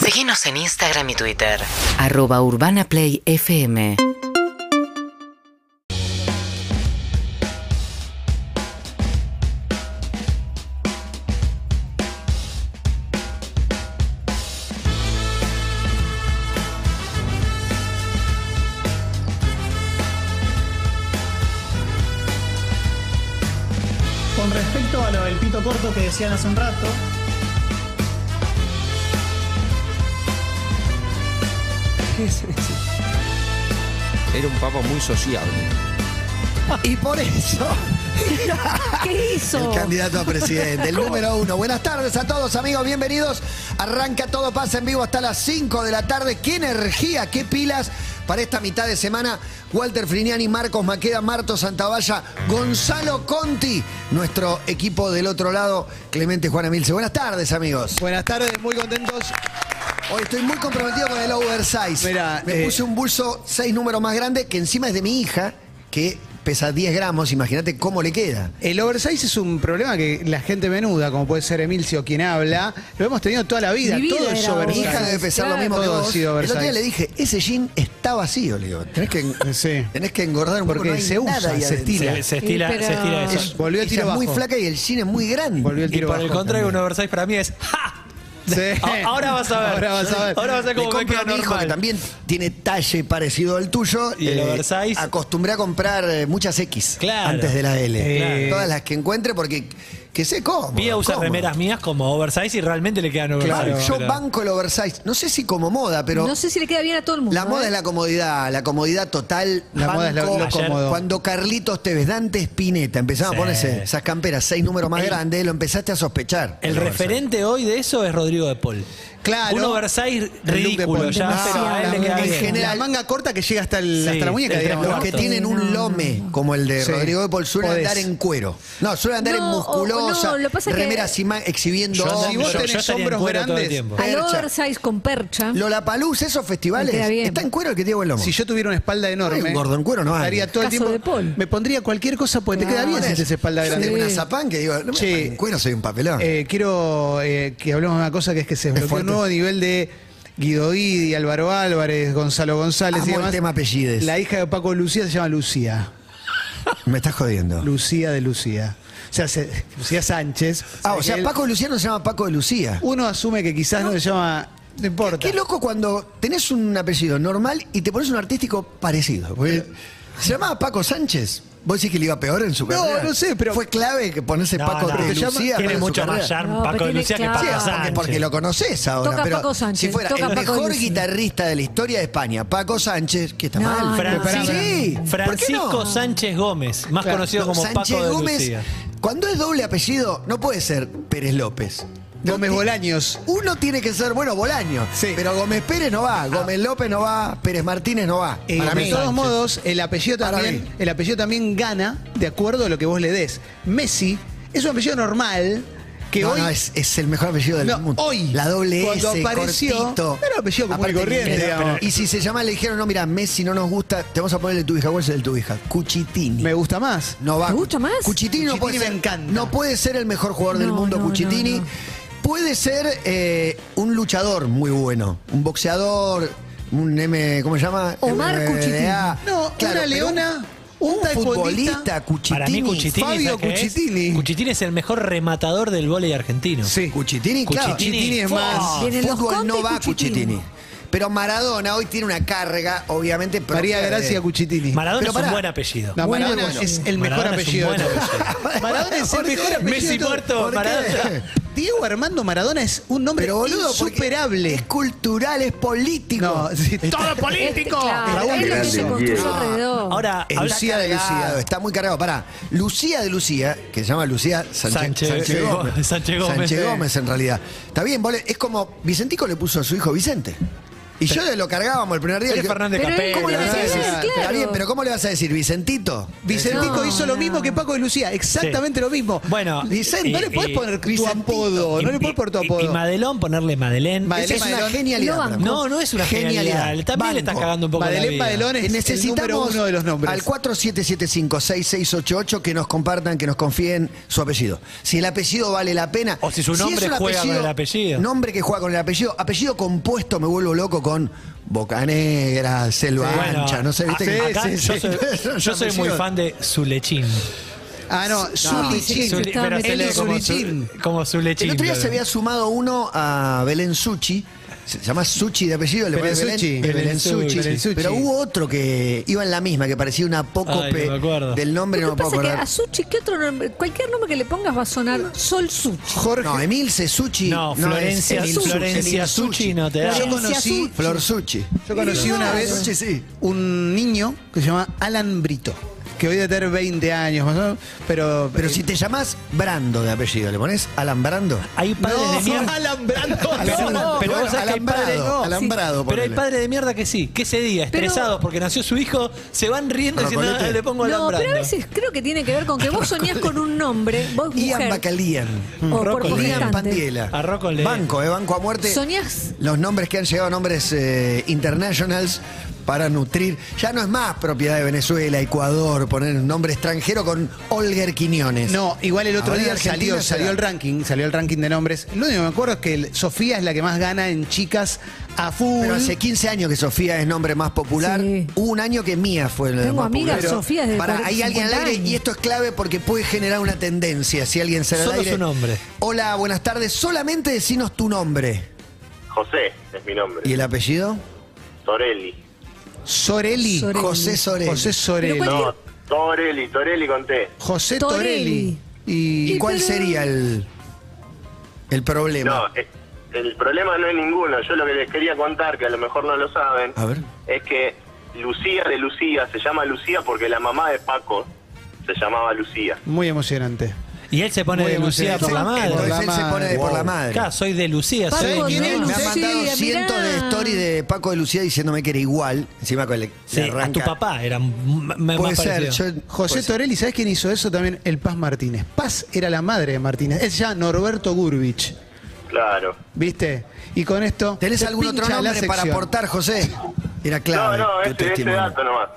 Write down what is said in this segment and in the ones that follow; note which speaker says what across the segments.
Speaker 1: Seguinos en Instagram y Twitter.
Speaker 2: Arroba Urbana Play FM.
Speaker 3: Con respecto a lo del pito corto que decían hace un rato,
Speaker 4: Era un papa muy sociable.
Speaker 5: Y por eso,
Speaker 6: ¿Qué hizo?
Speaker 5: el candidato a presidente, el número uno. Buenas tardes a todos, amigos, bienvenidos. Arranca todo pasa en vivo hasta las 5 de la tarde. ¡Qué energía, qué pilas! Para esta mitad de semana, Walter Friniani, Marcos Maqueda, Marto Santavalla, Gonzalo Conti, nuestro equipo del otro lado, Clemente Juana Milce. Buenas tardes, amigos.
Speaker 7: Buenas tardes, muy contentos.
Speaker 5: Hoy estoy muy comprometido con el oversize.
Speaker 7: Mirá,
Speaker 5: Me
Speaker 7: eh,
Speaker 5: puse un bolso seis números más grande que encima es de mi hija, que pesa 10 gramos. Imagínate cómo le queda.
Speaker 7: El oversize es un problema que la gente menuda, como puede ser Emilcio quien habla, lo hemos tenido toda la vida.
Speaker 6: Mi vida
Speaker 7: todo es
Speaker 6: era
Speaker 5: Mi
Speaker 6: Oversize,
Speaker 5: hija debe
Speaker 7: oversize.
Speaker 5: pesar lo
Speaker 6: claro.
Speaker 5: mismo que
Speaker 7: Todo ha
Speaker 5: vos. El
Speaker 7: sido
Speaker 5: otro día
Speaker 7: oversize.
Speaker 5: le dije, ese jean está vacío, le digo. Tenés que,
Speaker 7: Sí.
Speaker 5: tenés que engordar un
Speaker 7: Porque
Speaker 5: poco, no hay
Speaker 7: se usa,
Speaker 5: nada ahí
Speaker 7: se
Speaker 5: adentro.
Speaker 7: estira.
Speaker 8: Se, se
Speaker 6: Y
Speaker 8: estila,
Speaker 6: pero-
Speaker 8: se estila eso.
Speaker 5: Es,
Speaker 7: Volvió a
Speaker 5: ella
Speaker 7: tiro
Speaker 5: es muy
Speaker 7: bajo.
Speaker 5: flaca y el jean es muy grande.
Speaker 7: Volvió el
Speaker 8: Y
Speaker 7: tiro
Speaker 8: por el
Speaker 7: bajo
Speaker 8: contrario, un
Speaker 7: también.
Speaker 8: oversize para mí es ¡Ja!
Speaker 7: Sí.
Speaker 8: A- Ahora vas a ver.
Speaker 7: Ahora vas a ver.
Speaker 8: Ahora vas a ver
Speaker 5: Le
Speaker 8: cómo me
Speaker 5: compro
Speaker 8: queda
Speaker 5: a mi hijo, que
Speaker 8: normal.
Speaker 5: también tiene talle parecido al tuyo. eh,
Speaker 8: Y el oversize.
Speaker 5: Acostumbré a comprar eh, muchas X
Speaker 8: Claro.
Speaker 5: antes de la L.
Speaker 7: Claro.
Speaker 5: Todas las que encuentre, porque que sé cómo.
Speaker 8: Pía usa remeras mías como oversize y realmente le quedan oversize.
Speaker 7: Claro.
Speaker 5: Yo
Speaker 8: pero-
Speaker 5: banco el oversize. No sé si como moda, pero.
Speaker 6: no sé si le queda bien a todo el mundo.
Speaker 5: La moda
Speaker 6: ¿eh?
Speaker 5: es la comodidad, la comodidad total.
Speaker 7: La moda es lo-
Speaker 5: Banco.
Speaker 7: lo
Speaker 8: Ayer-
Speaker 7: cómodo.
Speaker 5: Cuando Carlitos Tevez, Dante Spinetta, empezaba
Speaker 8: Sí.
Speaker 5: a ponerse esas camperas seis números más
Speaker 8: El-
Speaker 5: grandes, lo empezaste a sospechar.
Speaker 8: El referente hoy de eso es Rodrigo de Paul.
Speaker 7: Claro.
Speaker 8: Un oversize
Speaker 7: de
Speaker 8: ridículo
Speaker 7: Paul.
Speaker 8: ya,
Speaker 5: No,
Speaker 8: pero a él le queda
Speaker 5: en
Speaker 8: bien.
Speaker 5: general-
Speaker 7: La manga corta que llega hasta, el-
Speaker 8: Sí,
Speaker 7: hasta la muñeca,
Speaker 8: el
Speaker 7: digamos.
Speaker 5: Los
Speaker 8: Claro.
Speaker 5: que tienen un lome, como el de
Speaker 7: Sí.
Speaker 5: Rodrigo de Paul, suelen
Speaker 7: Podés.
Speaker 5: andar en cuero. No, suelen andar en
Speaker 6: No, o-
Speaker 5: musculosa,
Speaker 6: no, lo pasa que-
Speaker 5: remeras ima- exhibiendo
Speaker 7: Yo-
Speaker 5: hombros.
Speaker 7: si vos
Speaker 8: yo- yo
Speaker 7: tenés
Speaker 8: estaría en
Speaker 7: hombros
Speaker 8: cuero todo el
Speaker 7: grandes,
Speaker 8: tiempo.
Speaker 6: Al
Speaker 5: percha.
Speaker 6: oversize con percha.
Speaker 5: Lollapalooza, esos festivales, Este
Speaker 6: Me queda bien.
Speaker 5: está en cuero el que tiene buen lomo.
Speaker 7: Si yo tuviera una espalda enorme,
Speaker 5: un gordo en cuero, no hay.
Speaker 7: estaría todo
Speaker 6: Caso
Speaker 7: el tiempo.
Speaker 6: de Paul.
Speaker 7: Me pondría cualquier cosa porque te queda bien si esa espalda
Speaker 5: yo
Speaker 7: grande.
Speaker 5: tengo Ah, una zapán que digo, no me
Speaker 7: Che.
Speaker 5: pongan en cuero soy un papelón.
Speaker 7: Eh, quiero eh, que hablemos de una cosa que es que se desbloqueó
Speaker 5: fuerte.
Speaker 7: un nuevo nivel de Guido Guidi, Álvaro Álvarez, Gonzalo González
Speaker 5: Amo
Speaker 7: y
Speaker 5: el
Speaker 7: demás.
Speaker 5: tema apellides.
Speaker 7: La hija de Paco Lucía se llama Lucía.
Speaker 5: Me estás jodiendo.
Speaker 7: Lucía de Lucía. O sea, se- Lucía Sánchez.
Speaker 5: Ah, o
Speaker 7: que
Speaker 5: sea,
Speaker 7: él-
Speaker 5: Paco de Lucía no se llama Paco de Lucía.
Speaker 7: Uno asume que quizás no, se llama. No importa.
Speaker 5: Qué loco cuando tenés un apellido normal y te pones un artístico parecido. porque se llamaba Paco Sánchez. ¿Vos decís que le iba peor en su
Speaker 7: No,
Speaker 5: carrera?
Speaker 7: no sé, pero-
Speaker 5: Fue clave que ponerse
Speaker 8: No,
Speaker 5: Paco
Speaker 8: no,
Speaker 5: de
Speaker 8: te
Speaker 5: Lucía.
Speaker 8: llama-
Speaker 5: para
Speaker 8: tiene
Speaker 5: su
Speaker 8: mucho
Speaker 5: carrera.
Speaker 8: más charm
Speaker 6: No,
Speaker 8: Paco
Speaker 6: pero
Speaker 8: de
Speaker 6: tiene
Speaker 8: Lucía que
Speaker 6: claro.
Speaker 5: Sí,
Speaker 8: Paco
Speaker 6: Paco
Speaker 5: porque,
Speaker 8: Sánchez.
Speaker 5: porque lo conoces ahora.
Speaker 6: Toca
Speaker 5: pero
Speaker 6: Paco Sánchez,
Speaker 5: si fuera
Speaker 6: toca
Speaker 5: el
Speaker 6: Paco
Speaker 5: mejor
Speaker 6: Lucía.
Speaker 5: guitarrista de la historia de España, Paco Sánchez, que está
Speaker 6: No,
Speaker 5: mal.
Speaker 6: Pero
Speaker 5: pero
Speaker 7: pará,
Speaker 5: sí, ¿por qué
Speaker 8: Francisco
Speaker 5: no?
Speaker 8: Sánchez Gómez, más
Speaker 7: Claro.
Speaker 8: conocido como
Speaker 5: Sánchez
Speaker 8: Paco de
Speaker 5: Gómez,
Speaker 8: Lucía.
Speaker 5: cuando es doble apellido, no puede ser Pérez López.
Speaker 7: Gómez
Speaker 5: No ti-
Speaker 7: Bolaños.
Speaker 5: Uno tiene que ser, bueno, Bolaño.
Speaker 7: Sí.
Speaker 5: Pero Gómez Pérez no va, Gómez López no va, Pérez Martínez no va.
Speaker 7: Eh,
Speaker 5: para
Speaker 7: de
Speaker 5: mí.
Speaker 7: todos modos, el apellido,
Speaker 5: Para
Speaker 7: también,
Speaker 5: mí.
Speaker 7: el apellido también gana de acuerdo a lo que vos le des. Messi es un apellido normal que
Speaker 5: No,
Speaker 7: hoy
Speaker 5: no, es, es el mejor apellido del
Speaker 7: No,
Speaker 5: mundo.
Speaker 7: hoy,
Speaker 5: La doble
Speaker 7: cuando
Speaker 5: S,
Speaker 7: apareció,
Speaker 5: cortito.
Speaker 7: era un apellido común y
Speaker 5: Aparte,
Speaker 7: corriente,
Speaker 5: mira,
Speaker 7: digamos.
Speaker 5: Y si se llama, le dijeron, no, mira, Messi no nos gusta, te vamos a ponerle tu hija. ¿Cuál es el de tu hija? Cuchitini.
Speaker 7: me gusta más.
Speaker 5: No va.
Speaker 6: ¿Te gusta más?
Speaker 5: Cuchitini, no
Speaker 7: Cuchitini
Speaker 5: puede
Speaker 7: me
Speaker 5: ser.
Speaker 7: encanta.
Speaker 5: No puede ser el mejor jugador del
Speaker 6: No,
Speaker 5: mundo,
Speaker 6: no,
Speaker 5: Cuchitini.
Speaker 6: no, no.
Speaker 5: Puede ser eh, un luchador muy bueno, un boxeador, un M, ¿cómo se llama?
Speaker 6: Omar
Speaker 5: MMA.
Speaker 6: Cuchitini.
Speaker 7: No,
Speaker 5: Claro,
Speaker 7: una
Speaker 5: pero
Speaker 7: leona, un,
Speaker 5: Un, futbolista,
Speaker 7: futbolista.
Speaker 5: Cuchitini.
Speaker 8: Para mí Cuchitini,
Speaker 7: Fabio
Speaker 8: ¿sabes qué es?
Speaker 7: Cuchitini.
Speaker 8: Cuchitini es el mejor rematador del vóley argentino.
Speaker 7: Sí.
Speaker 5: Cuchitini, claro.
Speaker 8: Cuchitini.
Speaker 7: Cuchitini es más.
Speaker 6: Oh. Vienen los
Speaker 5: Fútbol
Speaker 6: Conte
Speaker 5: no
Speaker 6: y
Speaker 5: va
Speaker 6: Cuchitini.
Speaker 5: Cuchitini. Pero Maradona hoy tiene una carga, obviamente.
Speaker 7: María
Speaker 5: propia de-
Speaker 7: Gracia Cuchitini.
Speaker 8: Maradona
Speaker 5: Pero
Speaker 8: es un
Speaker 5: pará.
Speaker 8: buen apellido.
Speaker 7: No,
Speaker 5: Bueno,
Speaker 7: Maradona
Speaker 5: bueno.
Speaker 7: es el mejor
Speaker 8: Maradona es un
Speaker 7: apellido. de
Speaker 8: buen
Speaker 7: todos.
Speaker 8: apellido.
Speaker 7: Maradona es el
Speaker 5: ¿Por
Speaker 7: mejor
Speaker 5: qué?
Speaker 7: apellido. de
Speaker 8: Messi
Speaker 7: todos.
Speaker 8: muerto,
Speaker 7: ¿Por qué?
Speaker 8: Maradona.
Speaker 7: Diego Armando Maradona es un nombre
Speaker 5: Pero boludo, porque
Speaker 7: insuperable.
Speaker 5: Es cultural, es político.
Speaker 7: No, sí, todo
Speaker 6: Este,
Speaker 7: político.
Speaker 6: claro,
Speaker 5: Raúl
Speaker 6: es lo que se
Speaker 5: Grande.
Speaker 6: construye
Speaker 5: Yeah.
Speaker 6: alrededor.
Speaker 8: Ahora,
Speaker 5: Está
Speaker 8: habla-
Speaker 5: Lucía de Lucía. Está muy cargado. Pará. Lucía de Lucía, que se llama Lucía
Speaker 8: Sánchez-
Speaker 5: Sánchez, Sánchez Gómez.
Speaker 8: Sánchez Gómez.
Speaker 5: Gómez, en realidad. Está bien, vos le- es como Vicentico le puso a su hijo Vicente. Y yo lo cargábamos el primer día.
Speaker 8: Pero
Speaker 5: Yo-
Speaker 8: Fernández
Speaker 6: Pero él
Speaker 8: Capello.
Speaker 5: ¿Cómo le vas a
Speaker 6: Sí,
Speaker 5: decir?
Speaker 6: claro.
Speaker 5: Pero, Ariel, pero ¿cómo le vas a decir? ¿Vicentito?
Speaker 7: Vicentico
Speaker 6: No,
Speaker 7: hizo lo
Speaker 6: no.
Speaker 7: mismo que Paco y Lucía, exactamente
Speaker 8: Sí.
Speaker 7: lo mismo.
Speaker 8: Bueno,
Speaker 7: Vicente,
Speaker 8: y-
Speaker 7: no le puedes
Speaker 8: y-
Speaker 7: poner tu
Speaker 5: Vicentito.
Speaker 7: apodo, no
Speaker 8: Y-
Speaker 7: le puedes poner tu
Speaker 8: y- Y,
Speaker 7: apodo.
Speaker 8: Madelón, ponerle Madelén.
Speaker 7: Madelén,
Speaker 5: Esa es una
Speaker 7: Madelón.
Speaker 5: genialidad.
Speaker 6: Lo
Speaker 5: para mí.
Speaker 8: No, no es una genialidad. También le estás
Speaker 5: Banco.
Speaker 8: cagando un poco
Speaker 7: Madelén
Speaker 8: la vida.
Speaker 7: Madelón es
Speaker 5: Necesitamos
Speaker 7: el número uno de los nombres.
Speaker 5: al 4775-6688 que nos compartan, que nos confíen su apellido. Si el apellido vale la pena.
Speaker 8: O si su
Speaker 5: es
Speaker 8: nombre
Speaker 5: un
Speaker 8: juega con el apellido.
Speaker 5: Nombre que juega con el apellido. Apellido compuesto, me vuelvo loco con Boca Negra, Selva
Speaker 8: Bueno,
Speaker 5: Ancha, no sé, viste
Speaker 8: a-
Speaker 5: que-
Speaker 8: Ah, acá
Speaker 5: Sí,
Speaker 8: yo
Speaker 5: sí, sí.
Speaker 8: soy, yo soy muy
Speaker 5: Apellido.
Speaker 8: fan de Zulechín.
Speaker 7: Ah, no, Zulichín.
Speaker 6: Se
Speaker 8: Zuli-
Speaker 6: estaba
Speaker 8: pero
Speaker 6: metiendo
Speaker 8: se lee como,
Speaker 7: Zulechín.
Speaker 8: Zu- como Zulechín.
Speaker 5: El otro día
Speaker 8: pero-
Speaker 5: se había sumado uno a Belén Suchi. Se llama Suchi de apellido, le
Speaker 7: Belén
Speaker 5: pone Belén,
Speaker 7: Suchi.
Speaker 5: eh,
Speaker 8: Belén
Speaker 5: Belén
Speaker 8: Suchi.
Speaker 5: Suchi.
Speaker 7: Belén Suchi.
Speaker 5: Pero hubo otro que iba en la misma, que parecía una apócope
Speaker 8: Ay, no me acuerdo.
Speaker 5: del nombre,
Speaker 6: Lo
Speaker 5: no
Speaker 6: que
Speaker 5: me
Speaker 6: pasa es
Speaker 5: puedo
Speaker 6: que
Speaker 5: acordar.
Speaker 6: a Suchi, ¿qué otro nombre? Cualquier nombre que le pongas va a sonar Sol Suchi.
Speaker 7: Jorge.
Speaker 5: No, Emilce Suchi.
Speaker 8: No,
Speaker 5: es
Speaker 8: Florencia,
Speaker 5: Emil Suchi,
Speaker 8: Florencia
Speaker 5: Emil
Speaker 8: Suchi no te da.
Speaker 7: Yo conocí-
Speaker 6: Suchi.
Speaker 5: Flor Suchi.
Speaker 7: Yo conocí una vez
Speaker 5: Sí, sí.
Speaker 7: un niño que se llama Alan Brito, que hoy debe tener 20 años más o menos, pero...
Speaker 5: Pero si te llamás Brando de apellido, ¿le pones Alan Brando?
Speaker 8: Hay padres de mierda.
Speaker 5: Alan Brando.
Speaker 8: pero vos sabés
Speaker 5: Bueno,
Speaker 8: que hay
Speaker 5: alambrado,
Speaker 8: padres. no,
Speaker 5: alambrado,
Speaker 8: sí, pero hay
Speaker 5: ponele.
Speaker 8: padres de mierda que sí, que ese día,
Speaker 6: Pero-
Speaker 8: estresados porque nació su hijo, se van riendo diciendo,
Speaker 5: Rocolete.
Speaker 8: "Ah, le pongo
Speaker 6: No,
Speaker 8: alambrado.
Speaker 6: pero a veces creo que tiene que ver con que vos soñás con un nombre, vos
Speaker 5: Ian
Speaker 6: mujer,
Speaker 5: Bacalian.
Speaker 6: o Mm. por
Speaker 8: Brócoli.
Speaker 5: Ian
Speaker 8: Fernández.
Speaker 5: Pandiela.
Speaker 8: A Rocco le-
Speaker 5: Banco, eh, banco a muerte.
Speaker 6: soñás
Speaker 5: los nombres que han llegado, nombres eh, internationals para nutrir. Ya no es más propiedad de Venezuela, Ecuador, poner un nombre extranjero con Olger Quiñones.
Speaker 7: No, igual el otro
Speaker 5: Ahora
Speaker 7: día
Speaker 5: en Argentina
Speaker 7: salió,
Speaker 5: se
Speaker 7: salió
Speaker 5: da.
Speaker 7: el ranking, salió el ranking de nombres. Lo único que me acuerdo es que el- Sofía es la que más gana en chicas a full.
Speaker 5: Pero hace 15 años que Sofía es nombre más popular.
Speaker 6: Sí.
Speaker 5: Hubo un año que Mía fue la
Speaker 6: Tengo
Speaker 5: más
Speaker 6: amigas
Speaker 5: popular.
Speaker 6: Sofías de
Speaker 5: Para, hay
Speaker 6: 40,
Speaker 5: alguien al aire
Speaker 6: 50
Speaker 5: y esto es clave porque puede generar una tendencia si alguien se da al
Speaker 8: Solo
Speaker 5: aire.
Speaker 8: su nombre.
Speaker 5: Hola, buenas tardes. Solamente decinos tu nombre.
Speaker 9: José es mi nombre.
Speaker 5: ¿Y el apellido?
Speaker 9: Torelli.
Speaker 7: Sorelli.
Speaker 6: Sorelli.
Speaker 5: José Sorelli.
Speaker 7: José Sorelli.
Speaker 6: Pero cuál-
Speaker 9: No, Torelli, Torelli con T.
Speaker 7: José Torelli.
Speaker 6: Torelli.
Speaker 5: ¿Y
Speaker 7: Y
Speaker 5: cuál
Speaker 6: pero-
Speaker 5: sería el, el
Speaker 9: No,
Speaker 5: problema?
Speaker 9: eh, el problema no es ninguno. Yo lo que les quería contar, que a lo mejor no lo saben,
Speaker 5: A ver.
Speaker 9: es que Lucía de Lucía se llama Lucía porque la mamá de Paco se llamaba Lucía.
Speaker 7: muy emocionante.
Speaker 8: Y él se pone
Speaker 7: Muy
Speaker 8: de Lucía
Speaker 7: emocionante.
Speaker 8: por la madre.
Speaker 5: Entonces él se
Speaker 7: madre.
Speaker 5: pone de por la madre.
Speaker 8: Claro, soy de Lucía,
Speaker 6: Paco,
Speaker 8: soy
Speaker 7: ¿Saben quién
Speaker 6: no.
Speaker 7: es
Speaker 5: Me han
Speaker 7: Lucía?
Speaker 5: mandado
Speaker 6: Lucía,
Speaker 5: cientos de
Speaker 6: mirá.
Speaker 5: stories de Paco de Lucía diciéndome que era igual. Encima con el,
Speaker 8: Sí,
Speaker 5: le
Speaker 8: a tu
Speaker 5: arranca.
Speaker 8: papá era m- m-
Speaker 5: Puede
Speaker 8: más
Speaker 5: ser.
Speaker 8: parecido.
Speaker 5: yo-
Speaker 7: José
Speaker 5: puede ser.
Speaker 7: Torelli, ¿sabes quién hizo eso también? El Paz Martínez. Paz era la madre de Martínez. Es ya Norberto Gurvich.
Speaker 9: Claro.
Speaker 7: ¿Viste? Y con esto.
Speaker 5: ¿Tenés
Speaker 7: se
Speaker 5: algún otro
Speaker 7: pincha la
Speaker 5: nombre para
Speaker 7: sección.
Speaker 5: aportar, José? Era clave.
Speaker 9: no, este, no, ese,
Speaker 5: tu
Speaker 9: ese
Speaker 5: testimonio.
Speaker 9: dato nomás.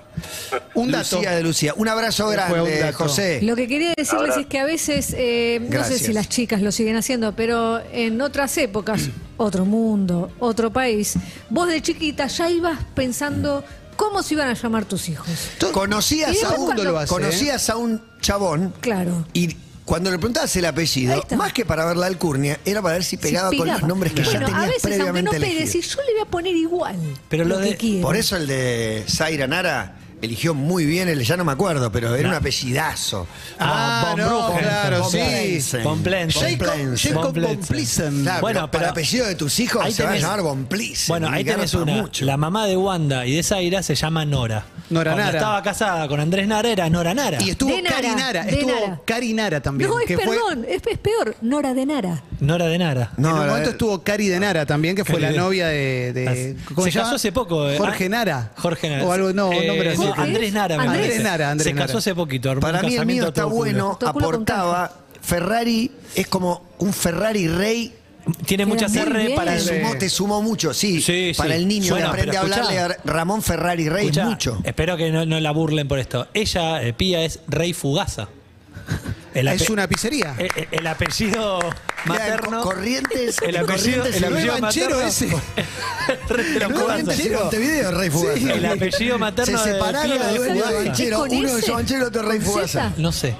Speaker 7: Un dato.
Speaker 5: Lucía de Lucía. Un abrazo
Speaker 7: Fue
Speaker 5: grande,
Speaker 7: un dato.
Speaker 5: José.
Speaker 6: Lo que quería decirles
Speaker 9: Ahora-
Speaker 6: es que a veces, eh, no sé
Speaker 5: Gracias.
Speaker 6: si las chicas lo siguen haciendo, pero en otras épocas, otro mundo, otro país, vos de chiquita ya ibas pensando cómo se iban a llamar tus hijos. Y
Speaker 5: Conocías a
Speaker 6: después
Speaker 5: un,
Speaker 6: cuando-
Speaker 7: lo hace,
Speaker 6: eh?
Speaker 5: conocías a un chabón
Speaker 6: Claro.
Speaker 5: y cuando le preguntabas el
Speaker 6: Ahí
Speaker 5: apellido,
Speaker 6: está.
Speaker 5: más que para ver la alcurnia, era para ver si
Speaker 6: Se
Speaker 5: pegaba con
Speaker 6: pegaba.
Speaker 5: los nombres que
Speaker 6: bueno,
Speaker 5: ya tenías
Speaker 6: a veces, aunque no
Speaker 5: previamente
Speaker 6: pegue,
Speaker 5: elegidos.
Speaker 6: decís, yo le voy a poner igual
Speaker 8: Pero
Speaker 6: lo
Speaker 8: lo
Speaker 6: que
Speaker 8: de-
Speaker 6: quiero.
Speaker 5: Por eso el de Zaira Nara eligió muy bien el, ya no me acuerdo, pero era un apellidazo.
Speaker 7: Ah,
Speaker 8: Von
Speaker 7: no,
Speaker 8: Bruggen.
Speaker 7: claro,
Speaker 8: Von
Speaker 7: sí.
Speaker 8: Blensen. Von Blensen.
Speaker 5: Jacob-
Speaker 8: Von
Speaker 7: Jacob Von
Speaker 8: Blensen.
Speaker 7: Plissen.
Speaker 5: Claro,
Speaker 8: Bueno,
Speaker 5: pero, para
Speaker 8: pero-
Speaker 5: el apellido de tus hijos
Speaker 8: ahí
Speaker 5: se va a
Speaker 8: tenés-
Speaker 5: llamar Bonplice.
Speaker 8: Bueno, ahí tenés una. La mamá de Wanda y de Zaira se llama Nora.
Speaker 7: Nora
Speaker 8: Cuando
Speaker 7: Nara.
Speaker 8: estaba casada con Andrés Nara era Nora Nara.
Speaker 7: Y estuvo
Speaker 6: De Nara,
Speaker 7: Carinara,
Speaker 6: de Nara.
Speaker 7: estuvo Carinara también.
Speaker 6: no, es
Speaker 7: que fue,
Speaker 6: perdón, es, es peor, Nora de Nara.
Speaker 8: Nora de Nara.
Speaker 5: No, eh,
Speaker 7: en un
Speaker 5: la-
Speaker 7: momento estuvo Cari de Nara también, que fue
Speaker 8: Cari
Speaker 7: la
Speaker 8: de-
Speaker 7: novia de. de-
Speaker 8: Así-
Speaker 7: ¿cómo
Speaker 8: se
Speaker 7: llama?
Speaker 8: casó hace poco. eh,
Speaker 7: Jorge
Speaker 8: An-
Speaker 7: Nara.
Speaker 8: Jorge Nara.
Speaker 7: O algo, no, un
Speaker 8: Eh,
Speaker 7: nombre así.
Speaker 8: no, Andrés Nara. me
Speaker 6: Andrés
Speaker 8: parece.
Speaker 7: Nara, Andrés
Speaker 8: Se casó
Speaker 7: Nara.
Speaker 8: hace poquito. armó
Speaker 5: Para
Speaker 8: un
Speaker 5: mí el mío
Speaker 8: casamiento
Speaker 5: está
Speaker 8: todo culo.
Speaker 5: bueno,
Speaker 6: Todo culo con
Speaker 5: aportaba. Ferrari es como un Ferrari rey.
Speaker 8: Tiene muchas
Speaker 6: Queda muy
Speaker 8: R
Speaker 6: bien.
Speaker 8: para
Speaker 5: Te
Speaker 8: el-
Speaker 7: Sí.
Speaker 5: sumó, te sumó mucho, sí.
Speaker 8: Sí, sí.
Speaker 5: Para el niño
Speaker 8: Bueno,
Speaker 5: que aprende a
Speaker 8: pero
Speaker 5: hablarle
Speaker 8: escuchá.
Speaker 5: a Ramón Ferrari Rey,
Speaker 8: Escuchá,
Speaker 5: mucho.
Speaker 8: Espero que no, no la burlen por esto. Ella, eh, Pía, es Rey Fugaza. El
Speaker 7: es
Speaker 8: ape-
Speaker 7: una pizzería.
Speaker 8: eh, eh, el apellido materno.
Speaker 5: Mira, Co- Corrientes,
Speaker 8: El apellido,
Speaker 5: Corrientes
Speaker 8: el
Speaker 5: y
Speaker 7: no es
Speaker 8: apellido
Speaker 7: banchero
Speaker 8: materno.
Speaker 7: ese.
Speaker 8: Rey de los
Speaker 7: No es
Speaker 8: Fugazas.
Speaker 5: Corrientes y
Speaker 7: Banchero.
Speaker 5: Montevideo, Rey Fugaza.
Speaker 8: El apellido materno
Speaker 5: Se
Speaker 8: de
Speaker 5: separaron
Speaker 8: Pía
Speaker 5: los
Speaker 8: es
Speaker 5: dueños de
Speaker 8: Fugaza.
Speaker 5: Banchero.
Speaker 6: ¿Con
Speaker 5: Uno
Speaker 6: ese?
Speaker 5: es Banchero, otro Rey
Speaker 6: ¿Con
Speaker 5: Fugaza.
Speaker 6: Z?
Speaker 8: No sé.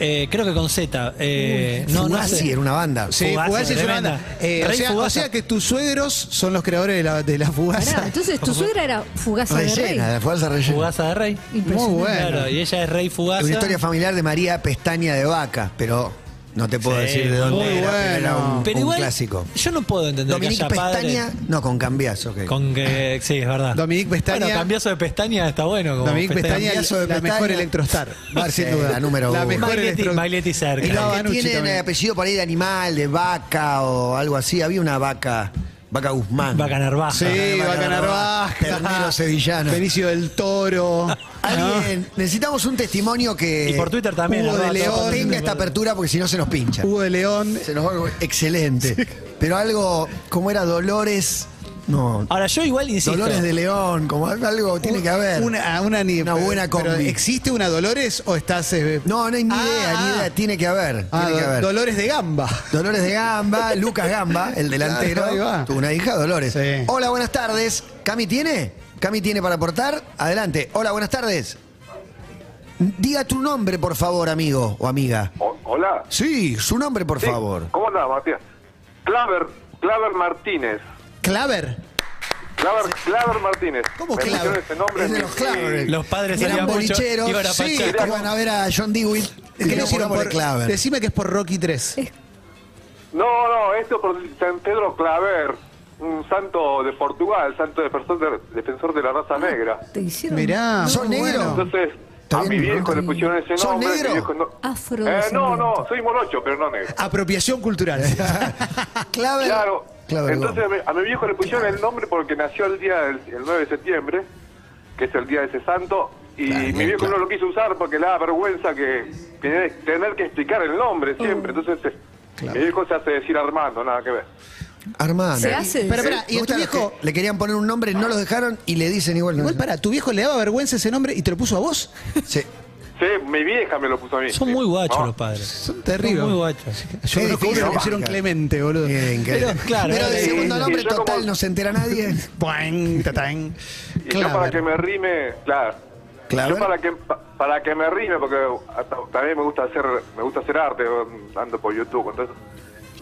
Speaker 8: Eh, creo que con Z. Eh, no, no
Speaker 5: Fugazi
Speaker 8: sé.
Speaker 5: era una banda.
Speaker 7: Sí,
Speaker 8: Fugazi,
Speaker 7: Fugazi es una
Speaker 8: tremenda.
Speaker 7: banda. Eh, o,
Speaker 8: Rey
Speaker 7: sea, o
Speaker 8: Fugazi.
Speaker 7: sea que tus suegros son los creadores de la, de la Fugaza.
Speaker 6: Pará, entonces tu suegra era fugaza de rey.
Speaker 5: Rellena, Ah, de Fugaza rellena.
Speaker 8: Fugaza de Rey.
Speaker 6: Impresionante.
Speaker 7: Muy bueno.
Speaker 8: Claro, y ella es Rey Fugaza.
Speaker 5: Una historia familiar de María Pestaña de Vaca, pero no te puedo
Speaker 8: Sí,
Speaker 5: decir de dónde
Speaker 8: muy
Speaker 5: era, pero era
Speaker 7: bueno.
Speaker 5: un,
Speaker 8: Pero
Speaker 5: un
Speaker 8: igual,
Speaker 5: clásico.
Speaker 8: yo no puedo entender que
Speaker 5: Dominique
Speaker 8: haya padres
Speaker 5: Pestaña, no, con cambiazo, ok.
Speaker 8: con que... Sí, es verdad.
Speaker 7: Dominique Pestaña.
Speaker 8: Bueno, cambiazo de pestaña está bueno. Como
Speaker 7: Dominique Pestaña,
Speaker 5: Cambiazo de
Speaker 7: la
Speaker 5: Pestaña.
Speaker 7: mejor Electrostar.
Speaker 5: Va, sin duda, la número uno.
Speaker 7: mejor
Speaker 8: Maglietti-
Speaker 7: electro-
Speaker 8: Maglietti cerca.
Speaker 7: Y
Speaker 5: Y
Speaker 7: la
Speaker 5: los que
Speaker 7: Banucci
Speaker 5: tienen
Speaker 7: también.
Speaker 5: apellido por ahí de animal, de vaca o algo así, había una vaca Vaca Guzmán.
Speaker 8: Vaca Narvaja.
Speaker 7: Sí,
Speaker 5: Vaca
Speaker 7: Vaca
Speaker 5: Narvaja,
Speaker 7: Narvaja.
Speaker 5: Ternero Sevillano.
Speaker 7: Benicio del Toro.
Speaker 5: Alguien, necesitamos un testimonio que
Speaker 8: Y por Twitter también,
Speaker 5: Hugo de
Speaker 8: arroba todo
Speaker 5: León
Speaker 8: por
Speaker 5: tenga
Speaker 8: Twitter.
Speaker 5: esta apertura porque si no se nos pincha.
Speaker 7: Hugo de León.
Speaker 5: Se nos va- excelente. Pero algo como era Dolores, no,
Speaker 8: Ahora, yo igual insisto.
Speaker 5: Dolores de León, como algo tiene que haber.
Speaker 7: Una, una, ni-
Speaker 5: Una buena
Speaker 7: pero
Speaker 5: combi.
Speaker 7: ¿Existe una Dolores o estás.? eh,
Speaker 5: No, no hay ni
Speaker 7: Ah,
Speaker 5: idea, ni
Speaker 7: ah.
Speaker 5: idea, tiene que haber,
Speaker 7: ah,
Speaker 5: tiene que
Speaker 7: Do-
Speaker 5: haber.
Speaker 7: Dolores de Gamba.
Speaker 5: Dolores de Gamba, Lucas Gamba, el delantero.
Speaker 7: Ahí va.
Speaker 5: Tuvo una hija, Dolores.
Speaker 7: Sí.
Speaker 5: Hola, buenas tardes. ¿Cami tiene? ¿Cami tiene para aportar? Adelante. Hola, buenas tardes. Diga tu nombre, por favor, amigo o amiga.
Speaker 9: hola.
Speaker 5: Sí, su nombre, por favor.
Speaker 9: ¿Cómo andás, Matías? Claver, Claver Martínez.
Speaker 7: Claver.
Speaker 9: Claver, Claver Martínez.
Speaker 5: ¿Cómo
Speaker 9: Me
Speaker 5: Claver?
Speaker 9: pusieron ese nombre
Speaker 5: Es de
Speaker 9: y-
Speaker 5: los Claver.
Speaker 8: Los padres
Speaker 5: Eran
Speaker 8: salían mucho,
Speaker 5: bolicheros,
Speaker 8: iban a
Speaker 5: sí,
Speaker 8: Pachaco.
Speaker 5: iban a ver a John Dewey.
Speaker 7: ¿Qué le hicieron por
Speaker 5: Claver?
Speaker 7: Decime que es por Rocky 3.
Speaker 9: No, no, esto por San Pedro Claver, un santo de Portugal, santo defensor de, defensor de la raza
Speaker 5: Ah.
Speaker 9: negra.
Speaker 6: Te hicieron.
Speaker 7: Mirá.
Speaker 5: ¿Son
Speaker 7: muy
Speaker 5: negro?
Speaker 9: Entonces,
Speaker 5: Está
Speaker 9: a mi
Speaker 5: bien,
Speaker 9: viejo
Speaker 5: ¿no?
Speaker 9: le pusieron ese
Speaker 5: ¿Sos
Speaker 9: nombre. mi
Speaker 5: negro?
Speaker 9: viejo no- Eh,
Speaker 6: Afrodescendiente.
Speaker 9: no, no, soy morocho, pero no negro.
Speaker 7: Apropiación cultural.
Speaker 5: Claver.
Speaker 9: Claro.
Speaker 5: Claver
Speaker 9: Entonces a
Speaker 5: Gómez.
Speaker 9: mi, a mi viejo le pusieron el nombre porque nació el día del el 9 de septiembre, que es el día de ese santo, y
Speaker 5: Claro,
Speaker 9: mi
Speaker 5: bien,
Speaker 9: viejo
Speaker 5: claro.
Speaker 9: no lo quiso usar porque le daba vergüenza que tener, tener que explicar el nombre siempre. Entonces eh, mi viejo se hace decir Armando, nada que ver.
Speaker 5: Armando.
Speaker 6: Se hace.
Speaker 7: Pero,
Speaker 5: Me
Speaker 7: espera, y a tu
Speaker 5: gustan los
Speaker 7: viejo.
Speaker 5: que Le querían poner un nombre, no los dejaron y le dicen igual. no.
Speaker 7: Igual para, tu viejo le daba vergüenza ese nombre y te lo puso a vos.
Speaker 5: Sí.
Speaker 9: Sí, mi vieja me lo puso a mí.
Speaker 8: Son muy guachos
Speaker 9: No.
Speaker 8: los padres.
Speaker 7: Son terribles.
Speaker 8: Son muy guachos.
Speaker 7: Yo
Speaker 5: Es
Speaker 7: creo que
Speaker 5: difícil,
Speaker 7: le
Speaker 5: ¿no?
Speaker 7: pusieron Clemente, boludo.
Speaker 5: Bien, que-
Speaker 7: Pero, claro.
Speaker 5: Pero de
Speaker 7: eh,
Speaker 5: segundo
Speaker 9: eh,
Speaker 5: nombre
Speaker 9: yo como-
Speaker 5: total no se entera nadie.
Speaker 7: Puang, tatán.
Speaker 9: Y yo para que me rime, claro.
Speaker 5: Claro.
Speaker 9: Yo para que pa- para que me rime, porque hasta- también me gusta hacer me gusta hacer arte, ando por YouTube, entonces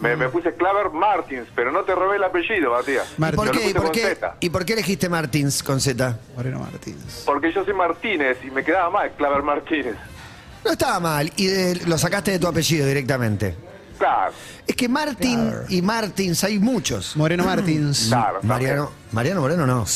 Speaker 9: me,
Speaker 5: Mm.
Speaker 9: me puse Claver Martins, pero no te robé el apellido, Matías.
Speaker 5: ¿Y por
Speaker 9: Yo lo
Speaker 5: qué? ¿Y
Speaker 9: puse
Speaker 5: por
Speaker 9: con
Speaker 5: qué,
Speaker 9: Z,
Speaker 5: ¿Y por qué elegiste Martins con Z?
Speaker 7: Moreno Martínez.
Speaker 9: Porque yo soy Martínez y me quedaba mal Claver Martínez.
Speaker 5: No estaba mal. Y de- lo sacaste de tu apellido directamente.
Speaker 9: Claro,
Speaker 5: Es que Martín y Martins hay muchos.
Speaker 7: Moreno Martins.
Speaker 9: claro.
Speaker 5: Mariano, Mariano Moreno no.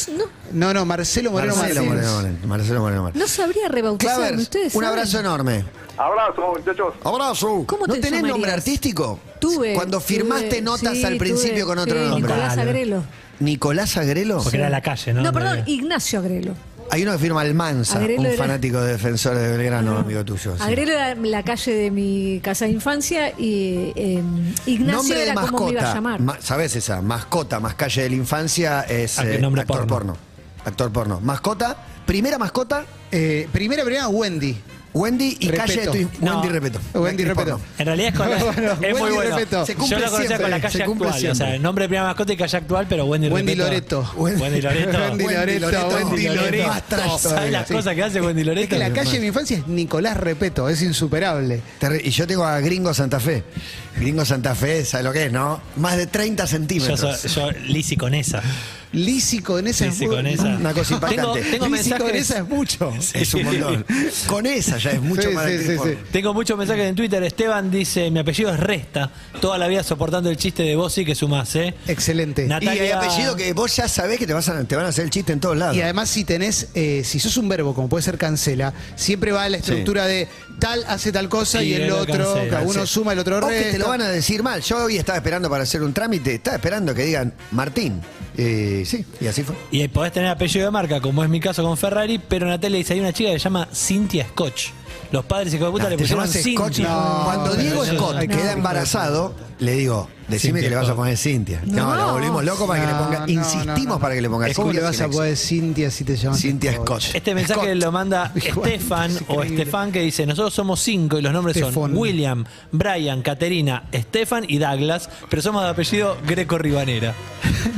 Speaker 7: No, no, Marcelo Moreno
Speaker 5: Marcelo
Speaker 7: Martínez.
Speaker 5: Moreno Moreno. Marcelo Moreno Moreno.
Speaker 6: No sabría rebautizarme.
Speaker 5: Claver,
Speaker 6: ustedes
Speaker 5: un
Speaker 6: saben.
Speaker 5: abrazo enorme.
Speaker 9: Abrazo, muchachos.
Speaker 5: Abrazo.
Speaker 6: ¿Cómo
Speaker 5: ¿No
Speaker 6: te
Speaker 5: tenés
Speaker 6: llamarías?
Speaker 5: nombre artístico?
Speaker 6: Tuve.
Speaker 5: Cuando firmaste
Speaker 6: tuve,
Speaker 5: notas
Speaker 6: sí,
Speaker 5: al principio
Speaker 6: tuve,
Speaker 5: con otro
Speaker 6: sí,
Speaker 5: nombre.
Speaker 6: Nicolás
Speaker 8: Claro.
Speaker 6: Agrelo.
Speaker 5: Nicolás Agrelo.
Speaker 8: Porque era la calle, ¿no?
Speaker 6: No, perdón,
Speaker 8: Donde-
Speaker 6: Ignacio Agrelo.
Speaker 5: Hay uno que firma Almanza,
Speaker 6: Agrelo
Speaker 5: un
Speaker 6: era-
Speaker 5: fanático de defensores de Belgrano, amigo tuyo. Oh, sí.
Speaker 6: Agrelo era la calle de mi casa de infancia y eh, Ignacio
Speaker 5: Nombre de
Speaker 6: era como me iba a
Speaker 5: mascota.
Speaker 6: llamar.
Speaker 5: ma- ¿Sabes esa? Mascota, más calle de la infancia, es eh,
Speaker 8: Ah, que nombre
Speaker 5: actor porno.
Speaker 8: porno.
Speaker 5: Actor porno. Mascota, primera mascota,
Speaker 7: Eh, primera, primera, Wendy.
Speaker 5: Wendy y
Speaker 7: Repeto.
Speaker 5: calle de tu in-
Speaker 8: No.
Speaker 5: Wendy Repeto.
Speaker 7: Wendy,
Speaker 5: Actriz
Speaker 7: repito.
Speaker 5: porno.
Speaker 8: En realidad es, con la-
Speaker 7: Bueno,
Speaker 8: es muy
Speaker 7: Wendy
Speaker 8: bueno.
Speaker 7: Repeto.
Speaker 5: Se
Speaker 8: Yo
Speaker 5: cumple
Speaker 8: lo conocía
Speaker 5: siempre,
Speaker 8: con la
Speaker 5: se
Speaker 8: calle
Speaker 5: cumple
Speaker 8: actual. O sea,
Speaker 5: siempre.
Speaker 8: el nombre de primera mascota y calle actual, pero Wendy,
Speaker 7: Wendy
Speaker 8: Loreto.
Speaker 7: Loreto.
Speaker 8: Wendy Loreto.
Speaker 7: Wendy Loreto, Wendy Loreto.
Speaker 5: Más trash
Speaker 8: ¿Sabes
Speaker 5: todavía,
Speaker 8: las
Speaker 5: sí.
Speaker 8: cosas que hace Wendy
Speaker 7: Es
Speaker 8: Loreto?
Speaker 7: que la calle de mi infancia es Nicolás Repeto, es insuperable.
Speaker 5: Terri- Y yo tengo a Gringo Santa Fe. Gringo Santa Fe, ¿sabes lo que es, no? Más de 30
Speaker 8: Yo,
Speaker 5: centímetros.
Speaker 8: soy, yo Lizzy con esa.
Speaker 7: Lisi con esa
Speaker 8: Lizzy con esa.
Speaker 5: Una cosa
Speaker 8: Tengo,
Speaker 5: impactante.
Speaker 8: tengo
Speaker 7: Lizzy con
Speaker 8: mensajes.
Speaker 7: esa es mucho.
Speaker 5: Es un montón. Con esa ya es mucho
Speaker 7: Sí,
Speaker 5: más
Speaker 7: sí,
Speaker 5: actriz
Speaker 7: sí,
Speaker 5: porno.
Speaker 7: sí.
Speaker 8: Tengo muchos mensajes en Twitter. Esteban dice: Mi apellido es Resta. Toda la vida soportando el chiste de vos y que sumás, ¿eh?
Speaker 7: Excelente.
Speaker 8: Nat-
Speaker 5: Y hay
Speaker 8: Natalia-
Speaker 5: apellido que vos ya sabés que te, vas a- te van a hacer el chiste en todos lados.
Speaker 7: Y además si tenés, eh, si sos un verbo, como puede ser cancela, siempre va la estructura de tal hace tal cosa y,
Speaker 8: Y
Speaker 7: el
Speaker 8: él lo
Speaker 7: otro,
Speaker 8: cancela.
Speaker 7: cada uno
Speaker 5: Sí.
Speaker 7: suma, el otro
Speaker 5: O que
Speaker 7: resta.
Speaker 5: te lo van a decir mal. Yo hoy estaba esperando para hacer un trámite, estaba esperando que digan Martín. Eh, sí, y así fue.
Speaker 8: Y podés tener apellido de marca, como es mi caso con Ferrari, pero Natalia dice: Hay una chica que se llama Cynthia Scotch. Los padres y de puta
Speaker 5: No,
Speaker 8: le
Speaker 5: Ah, te
Speaker 8: pusieron
Speaker 5: llamas Scott.
Speaker 8: Cynthia.
Speaker 7: No,
Speaker 5: Cuando
Speaker 7: pero
Speaker 5: Diego
Speaker 7: eso-
Speaker 5: Scott
Speaker 7: hay que-
Speaker 5: queda embarazado, le digo, decime
Speaker 8: Cintia
Speaker 5: que le vas a
Speaker 8: Scott.
Speaker 5: poner Cintia. No,
Speaker 6: No.
Speaker 5: la volvimos loco para que le
Speaker 7: No,
Speaker 5: ponga.
Speaker 7: no,
Speaker 5: insistimos
Speaker 7: no, no.
Speaker 5: para que le ponga
Speaker 7: Es como le
Speaker 5: Cintia
Speaker 7: vas
Speaker 5: sin
Speaker 7: a
Speaker 5: ex.
Speaker 7: poder Cintia si te llamas
Speaker 5: Cintia Scott.
Speaker 8: Este mensaje
Speaker 5: Scott.
Speaker 8: lo manda Estefan o
Speaker 7: increíble.
Speaker 8: Estefan que dice, nosotros somos cinco y los nombres
Speaker 7: Estefan.
Speaker 8: son William, Brian, Caterina, Estefan y Douglas, pero somos de apellido Greco Ribanera.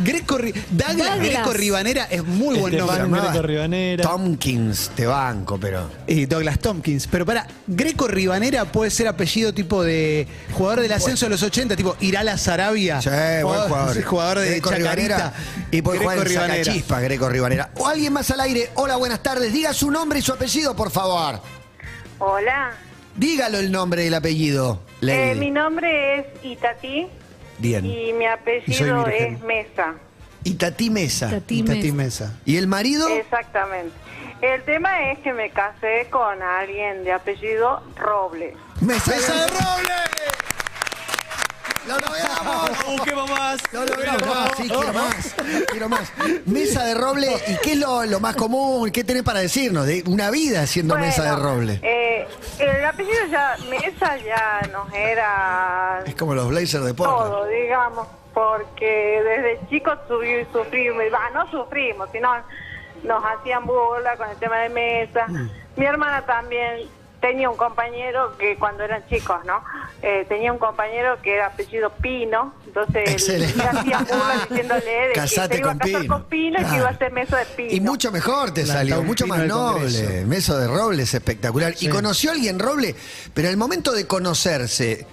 Speaker 7: Greco, Ri- Douglas
Speaker 6: Douglas.
Speaker 7: Greco Ribanera es muy buen
Speaker 8: Estefan
Speaker 7: nombre.
Speaker 8: Greco
Speaker 5: Llamaba
Speaker 8: Ribanera.
Speaker 5: Tompkins, te banco, pero.
Speaker 7: Y eh, Douglas Tompkins. Pero para, Greco Ribanera puede ser apellido tipo de jugador del ascenso de los 80, tipo Irala Sarabia.
Speaker 5: Sí, buen
Speaker 7: O-
Speaker 5: jugador.
Speaker 7: Jugador de
Speaker 5: Greco
Speaker 7: Chacarita.
Speaker 5: Ribanera. Y puede jugar en Sacachispas, Greco Ribanera. O alguien más al aire. Hola, buenas tardes. Diga su nombre y su apellido, por favor.
Speaker 10: Hola,
Speaker 5: Dígalo el nombre y el apellido. Lady.
Speaker 10: Eh, mi nombre es Itatí
Speaker 5: Bien.
Speaker 10: y mi
Speaker 5: Y soy
Speaker 10: apellido
Speaker 5: virgen.
Speaker 10: es Mesa.
Speaker 5: Y Tati Mesa.
Speaker 6: Tati
Speaker 7: Y Tati
Speaker 6: Mesa.
Speaker 7: Mesa.
Speaker 5: ¿Y el marido?
Speaker 10: Exactamente. El tema es que me casé con alguien de apellido Roble.
Speaker 5: Mesa, de Robles. ¡Lo logramos!
Speaker 8: Busquemos más.
Speaker 5: No, no, quiero más, sí, quiero más, quiero más. Mesa de roble, ¿y qué es lo, lo más común? ¿Qué tenés para decirnos? De una vida haciendo
Speaker 10: Bueno,
Speaker 5: mesa de roble.
Speaker 10: eh, el apellido ya, Mesa ya nos era
Speaker 5: Es como los blazers
Speaker 10: todo,
Speaker 5: de porno.
Speaker 10: digamos, porque desde chicos sufrí- sufrimos, va, no sufrimos, sino nos hacían burla con el tema de mesa.
Speaker 5: Mm.
Speaker 10: Mi hermana también tenía un compañero que cuando eran chicos, ¿no? Eh, tenía un compañero que era apellido Pino, entonces le
Speaker 5: Excelente.
Speaker 10: hacían burla diciéndole de que
Speaker 5: Casate
Speaker 10: se iba a
Speaker 5: con
Speaker 10: casar
Speaker 5: Pino.
Speaker 10: con Pino y que
Speaker 5: Claro.
Speaker 10: iba a hacer mesa de Pino.
Speaker 5: Y mucho mejor te
Speaker 7: La
Speaker 5: salió,
Speaker 7: Taurino
Speaker 5: mucho más
Speaker 7: del
Speaker 5: noble.
Speaker 7: Congreso.
Speaker 5: Mesa de roble es espectacular.
Speaker 7: Sí.
Speaker 5: Y conoció a alguien roble, pero al momento de conocerse,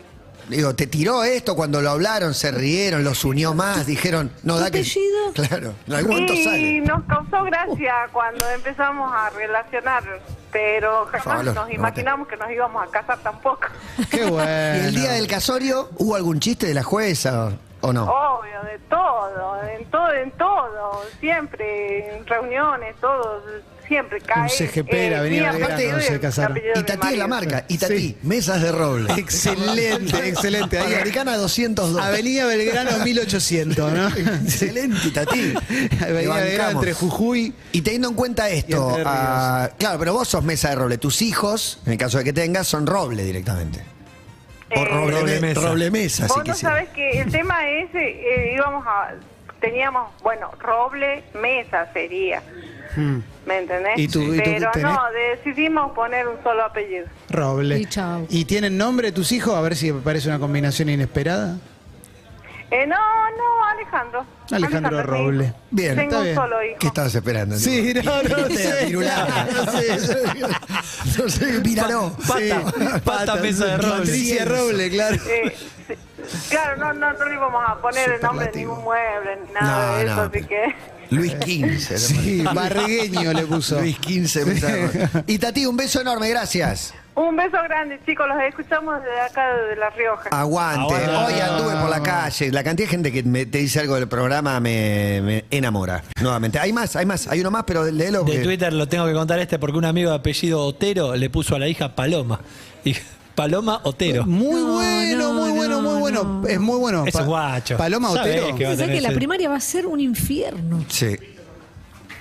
Speaker 5: digo, te tiró esto cuando lo hablaron, se rieron, los unió más, dijeron, no
Speaker 6: ¿Tu
Speaker 5: da que.
Speaker 6: apellido?
Speaker 5: Claro, en algún momento
Speaker 10: Y
Speaker 5: sale.
Speaker 10: nos causó gracia
Speaker 7: Uh.
Speaker 10: cuando empezamos a relacionar, pero jamás
Speaker 5: favor, no
Speaker 10: nos
Speaker 5: te-
Speaker 10: imaginamos que nos íbamos a casar tampoco.
Speaker 7: Qué
Speaker 5: Y
Speaker 7: bueno.
Speaker 5: el día del casorio, ¿hubo algún chiste de la jueza o no?
Speaker 10: Obvio, de todo, en todo, en todo, siempre, en reuniones, todo, siempre cae.
Speaker 7: CGP era
Speaker 10: mi
Speaker 7: venir a
Speaker 10: apellido
Speaker 7: Belgrano,
Speaker 10: y
Speaker 7: se
Speaker 10: el
Speaker 7: casaron.
Speaker 10: apellido de
Speaker 5: Y Tati
Speaker 10: mi
Speaker 5: es la
Speaker 10: marido.
Speaker 5: marca. Y Tati,
Speaker 7: Sí.
Speaker 5: mesas de roble.
Speaker 7: Excelente, excelente. Ahí,
Speaker 5: Americana 202.
Speaker 7: Avenida Belgrano 1800, ¿no?
Speaker 5: Excelente, Tati. Te
Speaker 7: Avenida Belgrano
Speaker 5: bancamos.
Speaker 7: entre Jujuy.
Speaker 5: Y teniendo en cuenta esto,
Speaker 7: Entre Ríos.
Speaker 5: ah, claro, pero vos sos mesa de roble. Tus hijos, en el caso de que tengas, son roble directamente. O
Speaker 10: Eh,
Speaker 5: roble,
Speaker 8: roble
Speaker 5: mesa.
Speaker 8: mesa.
Speaker 5: Roble mesa, si
Speaker 10: Vos no
Speaker 5: quisieras.
Speaker 10: sabés que el tema ese, eh, íbamos a, teníamos, bueno, roble mesa sería,
Speaker 5: Mm.
Speaker 10: ¿me entendés?
Speaker 7: ¿Y tú- y tú
Speaker 10: Pero
Speaker 7: tenés?
Speaker 10: no, decidimos poner un solo apellido.
Speaker 7: Roble.
Speaker 6: Y chau.
Speaker 7: ¿Y tienen nombre tus hijos? A ver si parece una combinación inesperada.
Speaker 10: Eh, no, no, Alejandro.
Speaker 7: Alejandro
Speaker 10: sí.
Speaker 7: Roble.
Speaker 5: Bien,
Speaker 10: Tengo
Speaker 7: está
Speaker 10: un
Speaker 7: bien.
Speaker 10: solo hijo.
Speaker 5: ¿Qué estabas esperando?
Speaker 7: Sí, no, no
Speaker 5: te
Speaker 7: sé.
Speaker 5: pirulá. No sé. Este, No sé, miraró.
Speaker 8: Pata, pata, mesa de roble.
Speaker 7: Patricia Roble, claro.
Speaker 10: Eh, sí. Claro, no, no, no le íbamos a poner el nombre de
Speaker 5: Superlativo.
Speaker 10: ningún mueble ni nada
Speaker 5: No,
Speaker 10: de eso,
Speaker 5: no.
Speaker 10: así que.
Speaker 5: Luis XV.
Speaker 7: Sí, barregueño le puso.
Speaker 5: Luis XV. mesa de roble. Y Tati, un beso enorme, gracias.
Speaker 10: Un beso grande, chicos, los escuchamos desde acá, desde La
Speaker 5: Ah,
Speaker 10: Rioja.
Speaker 5: Aguante. Hoy anduve por la calle. La cantidad de gente que me- te dice algo del programa me, me enamora. Nuevamente. Hay más, hay más. Hay uno más, pero léelo.
Speaker 8: De
Speaker 5: porque-
Speaker 8: Twitter lo tengo que contar este porque un amigo de apellido Otero le puso a la hija Paloma. Y Paloma Otero.
Speaker 7: Muy
Speaker 6: No,
Speaker 7: bueno,
Speaker 6: no,
Speaker 7: muy bueno,
Speaker 6: no,
Speaker 7: muy bueno.
Speaker 6: no.
Speaker 7: Es muy bueno.
Speaker 8: Eso
Speaker 7: Pa-
Speaker 8: es guacho.
Speaker 7: Paloma
Speaker 8: Sabés
Speaker 7: Otero.
Speaker 8: que va a
Speaker 6: Pensá
Speaker 8: tener
Speaker 6: que la
Speaker 8: ese-
Speaker 6: primaria va a ser un infierno.
Speaker 5: Sí.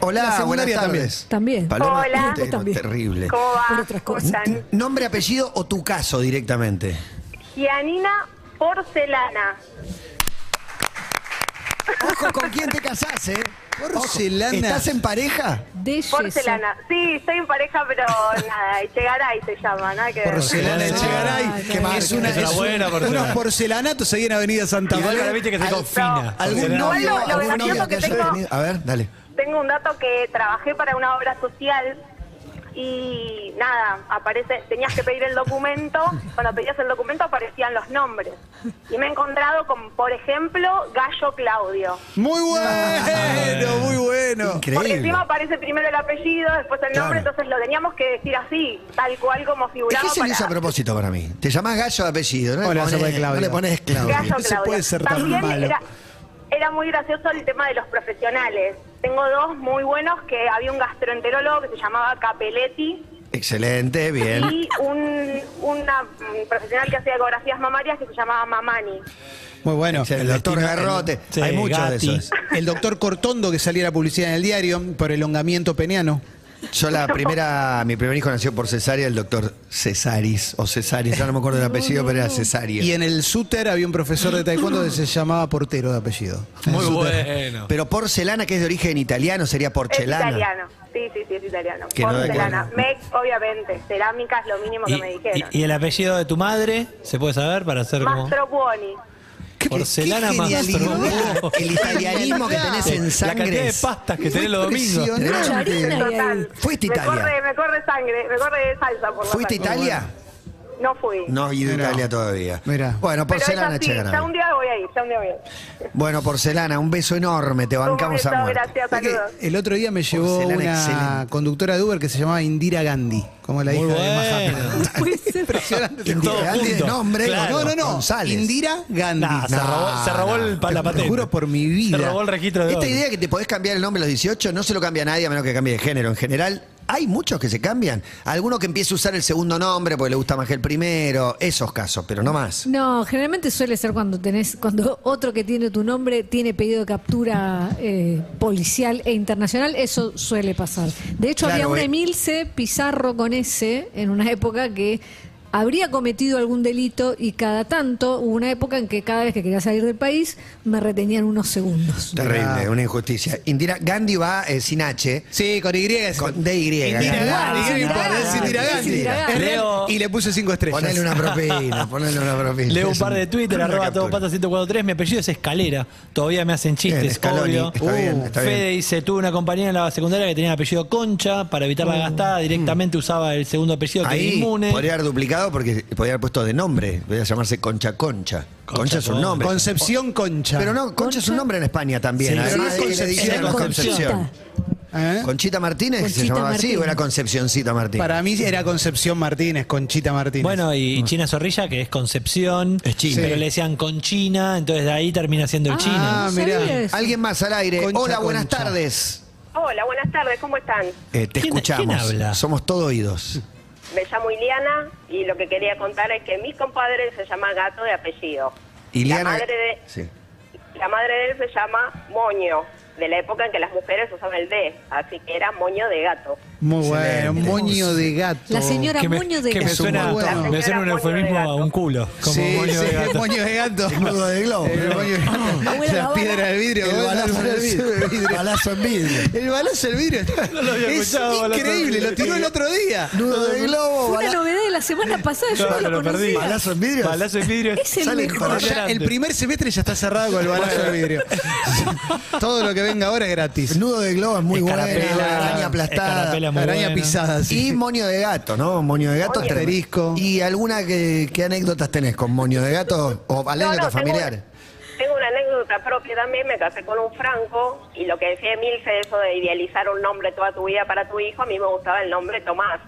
Speaker 7: La
Speaker 5: Hola, buenas
Speaker 7: secundaria
Speaker 5: tardes. Este,
Speaker 6: también. También.
Speaker 5: Paloma,
Speaker 10: Hola.
Speaker 5: te-
Speaker 6: También.
Speaker 5: terrible.
Speaker 10: ¿Cómo va?
Speaker 6: Por otras
Speaker 10: ¿Cómo
Speaker 6: cosas.
Speaker 10: están?
Speaker 5: Nombre, apellido o tu caso directamente.
Speaker 10: Gianina Porcelana.
Speaker 5: Ojo con quién te casás, ¿eh? Ojo.
Speaker 7: Porcelana.
Speaker 5: ¿Estás en pareja?
Speaker 6: De yeso.
Speaker 10: Porcelana. Sí, estoy en pareja, pero nada, Echegaray se llama, nada que ver.
Speaker 7: Porcelana de
Speaker 8: Ah,
Speaker 7: Echegaray.
Speaker 6: qué
Speaker 7: que
Speaker 6: marca.
Speaker 7: es una,
Speaker 8: Es una
Speaker 7: es un-
Speaker 8: buena porcelana.
Speaker 7: unos porcelanatos ahí en Avenida Santa
Speaker 8: Y
Speaker 7: María.
Speaker 8: ahora viste que se
Speaker 5: Al-
Speaker 8: confina.
Speaker 5: no, ¿Algún
Speaker 10: Igual lo-
Speaker 5: novio?
Speaker 10: lo
Speaker 5: algún
Speaker 10: gracioso
Speaker 5: novio
Speaker 10: que
Speaker 5: hayas
Speaker 10: tengo-
Speaker 5: tenido? A ver, dale.
Speaker 10: Tengo un dato que trabajé para una obra social y nada, aparece, tenías que pedir el documento, cuando pedías el documento aparecían los nombres. Y me he encontrado con, por ejemplo, Gallo Claudio.
Speaker 7: Muy bueno, muy bueno.
Speaker 10: Porque
Speaker 5: Increíble.
Speaker 10: encima aparece primero el apellido, después el nombre,
Speaker 5: Claro.
Speaker 10: entonces lo teníamos que decir así, tal cual como
Speaker 5: Es
Speaker 10: figuraba.
Speaker 5: que se lo hizo a
Speaker 10: para-
Speaker 5: propósito para mí. Te llamás Gallo de apellido, ¿no? le
Speaker 7: Hola,
Speaker 5: ponés-
Speaker 7: soy Claudio.
Speaker 5: No le pones Claudio.
Speaker 10: Gallo
Speaker 7: No se
Speaker 10: Claudio.
Speaker 7: puede ser tan
Speaker 10: También
Speaker 7: malo.
Speaker 10: Era, era muy gracioso el tema de los profesionales. Tengo dos muy buenos que había un gastroenterólogo que se llamaba Capelletti
Speaker 5: Excelente, bien.
Speaker 10: y un, una mm, profesional que hacía ecografías mamarias que se llamaba Mamani.
Speaker 7: Muy bueno.
Speaker 5: El doctor Garrote.
Speaker 8: Sí,
Speaker 5: Hay muchos
Speaker 8: Gatti.
Speaker 5: de esos.
Speaker 7: El doctor Cortondo que salía a la publicidad en el diario por elongamiento peniano.
Speaker 5: Yo la primera, mi primer hijo nació por cesárea, el doctor Cesaris, o Cesaris, ya no me acuerdo del apellido, pero era cesárea.
Speaker 7: Y en el Suter había un profesor de taekwondo que se llamaba Portero de apellido.
Speaker 8: Muy
Speaker 5: Súper.
Speaker 8: bueno.
Speaker 5: Pero porcelana, que es de origen italiano, sería porcelana.
Speaker 10: Es italiano. Sí, sí, sí, es italiano.
Speaker 5: Que no da
Speaker 10: Porcelana.
Speaker 5: cuenta.
Speaker 10: Mec, obviamente. Cerámica es lo mínimo que
Speaker 8: Y-
Speaker 10: me dijeron.
Speaker 8: y, y el apellido de tu madre se puede saber para hacer como.
Speaker 10: Mastro Buoni.
Speaker 5: Qué-
Speaker 8: Porcelana
Speaker 5: qué
Speaker 8: más
Speaker 5: genialidad.
Speaker 8: trombón.
Speaker 5: El italianismo que tenés en
Speaker 8: La cantidad
Speaker 5: sangre.
Speaker 8: de
Speaker 5: es
Speaker 8: pastas que tenés los domingos.
Speaker 7: impresionante.
Speaker 5: tremenda.
Speaker 6: Chorina.
Speaker 10: Total.
Speaker 5: Fuiste
Speaker 10: me
Speaker 5: Italia.
Speaker 10: Corre, me corre sangre, me corre salsa por la
Speaker 5: ¿Fuiste a
Speaker 10: sangre.
Speaker 5: Italia?
Speaker 10: No fui.
Speaker 5: No, y de
Speaker 7: Mirá.
Speaker 5: Italia todavía.
Speaker 7: Mirá.
Speaker 5: Bueno,
Speaker 10: Pero es
Speaker 5: porcelana,
Speaker 10: así,
Speaker 5: che,
Speaker 10: ya un día voy a ir, ya un día voy a ir.
Speaker 5: Bueno, porcelana, un beso enorme, te bancamos a
Speaker 10: Un beso,
Speaker 5: muerte.
Speaker 10: Gracias,
Speaker 7: Es que
Speaker 10: saludos.
Speaker 7: El otro día me llevó
Speaker 5: Porcelana
Speaker 7: una
Speaker 5: excelente.
Speaker 7: conductora de Uber que se llamaba Indira Gandhi, como la
Speaker 8: Muy
Speaker 7: hija de
Speaker 8: bueno.
Speaker 7: Mahatma.
Speaker 6: Puede ser.
Speaker 7: Impresionante. te
Speaker 8: En
Speaker 7: juro.
Speaker 8: todo
Speaker 5: Grande de
Speaker 8: junto.
Speaker 5: nombre,
Speaker 8: Claro.
Speaker 7: No, no, no.
Speaker 5: González.
Speaker 7: Indira Gandhi.
Speaker 8: Nah, se
Speaker 7: No,
Speaker 8: robó, se robó el, pa-
Speaker 7: te
Speaker 8: la patente.
Speaker 7: juro por mi vida.
Speaker 8: Se robó el registro de
Speaker 5: Esta
Speaker 8: doble.
Speaker 5: idea que te podés cambiar el nombre a los 18 no se lo cambia a nadie a menos que cambie de género. En general, Hay muchos que se cambian. Algunos que empieza a usar el segundo nombre porque le gusta más que el primero. Esos casos, pero no más.
Speaker 6: No, generalmente suele ser cuando tenés, cuando otro que tiene tu nombre tiene pedido de captura eh, policial e internacional, eso suele pasar. De hecho,
Speaker 5: Claro,
Speaker 6: había un
Speaker 5: eh.
Speaker 6: Emilce Pizarro con S en una época que habría cometido algún delito y cada tanto hubo una época en que cada vez que quería salir del país me retenían unos segundos.
Speaker 5: Terrible, una injusticia. Ah. Indira Gandhi va eh, sin H.
Speaker 7: Sí, con Y.
Speaker 5: Con D Y. Ah,
Speaker 7: Indira Gandhi,
Speaker 6: Gandhi,
Speaker 7: ¿qué le importa? Es Indira
Speaker 6: Indira
Speaker 7: Gandhi.
Speaker 6: Gandhi.
Speaker 7: Es real
Speaker 8: Leo-
Speaker 7: Y le puse cinco estrellas.
Speaker 5: Ponele una propina, ponele una propina.
Speaker 8: Leo un
Speaker 5: Es
Speaker 8: par de Twitter,
Speaker 5: una
Speaker 8: arroba
Speaker 5: captura.
Speaker 8: todo pata 1043. Mi apellido es Escalera. Todavía me hacen
Speaker 5: Bien,
Speaker 8: chistes,
Speaker 5: Scaloni,
Speaker 8: obvio. Uh,
Speaker 5: está bien, está bien.
Speaker 8: Fede dice, tuve una compañera en la secundaria que tenía el apellido Concha. Para evitar la gastada, directamente usaba el segundo apellido que era
Speaker 5: Mm, Ahí
Speaker 8: inmune.
Speaker 5: podría haber duplicado porque podría haber puesto de nombre. Podría llamarse Concha Concha. Concha, es un
Speaker 8: Concha.
Speaker 5: nombre.
Speaker 7: Concepción Concha.
Speaker 5: Pero no, Concha, es un nombre en España también. ¿eh?
Speaker 8: Sí,
Speaker 5: además
Speaker 7: sí,
Speaker 5: de que
Speaker 7: es
Speaker 5: le dicen
Speaker 7: Concepción.
Speaker 5: Concepción.
Speaker 7: ¿Eh?
Speaker 5: Conchita Martínez
Speaker 6: Conchita
Speaker 5: se llamaba así
Speaker 6: Martínez.
Speaker 5: o era Concepcioncita Martínez.
Speaker 7: Para mí era Concepción Martínez, Conchita Martínez.
Speaker 8: Bueno, y China Zorrilla, que es Concepción.
Speaker 5: Mm. Es China.
Speaker 8: Pero
Speaker 7: Sí.
Speaker 8: le decían Conchina, entonces de ahí termina siendo el China.
Speaker 7: Ah,
Speaker 6: no
Speaker 7: mirá.
Speaker 6: sabía eso.
Speaker 5: Alguien más al aire.
Speaker 7: Concha,
Speaker 5: Hola, buenas
Speaker 7: Concha.
Speaker 5: tardes.
Speaker 2: Hola, buenas tardes, ¿cómo están?
Speaker 5: Eh, te
Speaker 8: ¿Quién-
Speaker 5: escuchamos.
Speaker 8: quién habla?
Speaker 5: Somos todo oídos.
Speaker 2: Me llamo Iliana y lo que quería contar es que mi compadre se llama Gato de apellido. La madre de,
Speaker 5: Sí.
Speaker 2: la madre de él se llama Moño, de la época en que las mujeres usaban el D, así que era Moño de Gato.
Speaker 7: Muy bueno,
Speaker 5: Excelente.
Speaker 7: moño de gato.
Speaker 6: La señora
Speaker 8: Que me,
Speaker 6: Muñoz de
Speaker 8: que me
Speaker 6: Gato.
Speaker 8: suena,
Speaker 7: Bueno.
Speaker 8: me
Speaker 2: La
Speaker 8: suena
Speaker 2: señora
Speaker 8: un
Speaker 2: moño de
Speaker 8: eufemismo a
Speaker 2: gato.
Speaker 8: un culo. Como
Speaker 7: sí,
Speaker 8: moño de
Speaker 7: sí,
Speaker 8: gato.
Speaker 7: moño de gato.
Speaker 5: El gordo de globo.
Speaker 7: El moño de gato.
Speaker 6: Abuela,
Speaker 7: La
Speaker 6: abuela.
Speaker 7: piedra del vidrio.
Speaker 5: El
Speaker 7: abuela,
Speaker 5: balazo
Speaker 7: abuela,
Speaker 5: del
Speaker 7: abuela,
Speaker 5: vidrio. Balazo en vidrio.
Speaker 7: El balazo del vidrio.
Speaker 8: lo había
Speaker 7: es
Speaker 8: escuchado, balazo del
Speaker 7: increíble, lo tiró el otro día.
Speaker 5: Nudo de globo.
Speaker 6: Fue
Speaker 5: bala-
Speaker 6: una novedad de la semana pasada, yo no,
Speaker 8: Claro,
Speaker 6: lo
Speaker 8: lo perdí.
Speaker 6: conocía.
Speaker 5: Balazo en vidrio.
Speaker 8: Balazo de vidrio.
Speaker 6: Es el
Speaker 5: Sale
Speaker 6: mejor.
Speaker 5: para
Speaker 7: Ya el primer semestre ya está cerrado con el balazo del vidrio. Todo lo que venga ahora es gratis.
Speaker 5: Nudo de globo es muy bueno.
Speaker 8: Escarapela,
Speaker 5: Araña aplastada.
Speaker 8: escarapela muy
Speaker 7: Araña
Speaker 8: buena.
Speaker 7: pisada, sí.
Speaker 5: Y moño de gato, ¿no? Moño de gato.
Speaker 7: Moño.
Speaker 5: tremendo.
Speaker 7: Asterisco.
Speaker 5: ¿Y alguna que, qué anécdotas tenés con moño de gato o
Speaker 2: No,
Speaker 5: anécdota
Speaker 2: no, tengo
Speaker 5: familiar?
Speaker 2: una- Tengo una anécdota propia también, me casé con un franco y lo que decía Emilce, eso de idealizar un nombre toda tu vida para tu hijo, a mí me gustaba el nombre Tomás.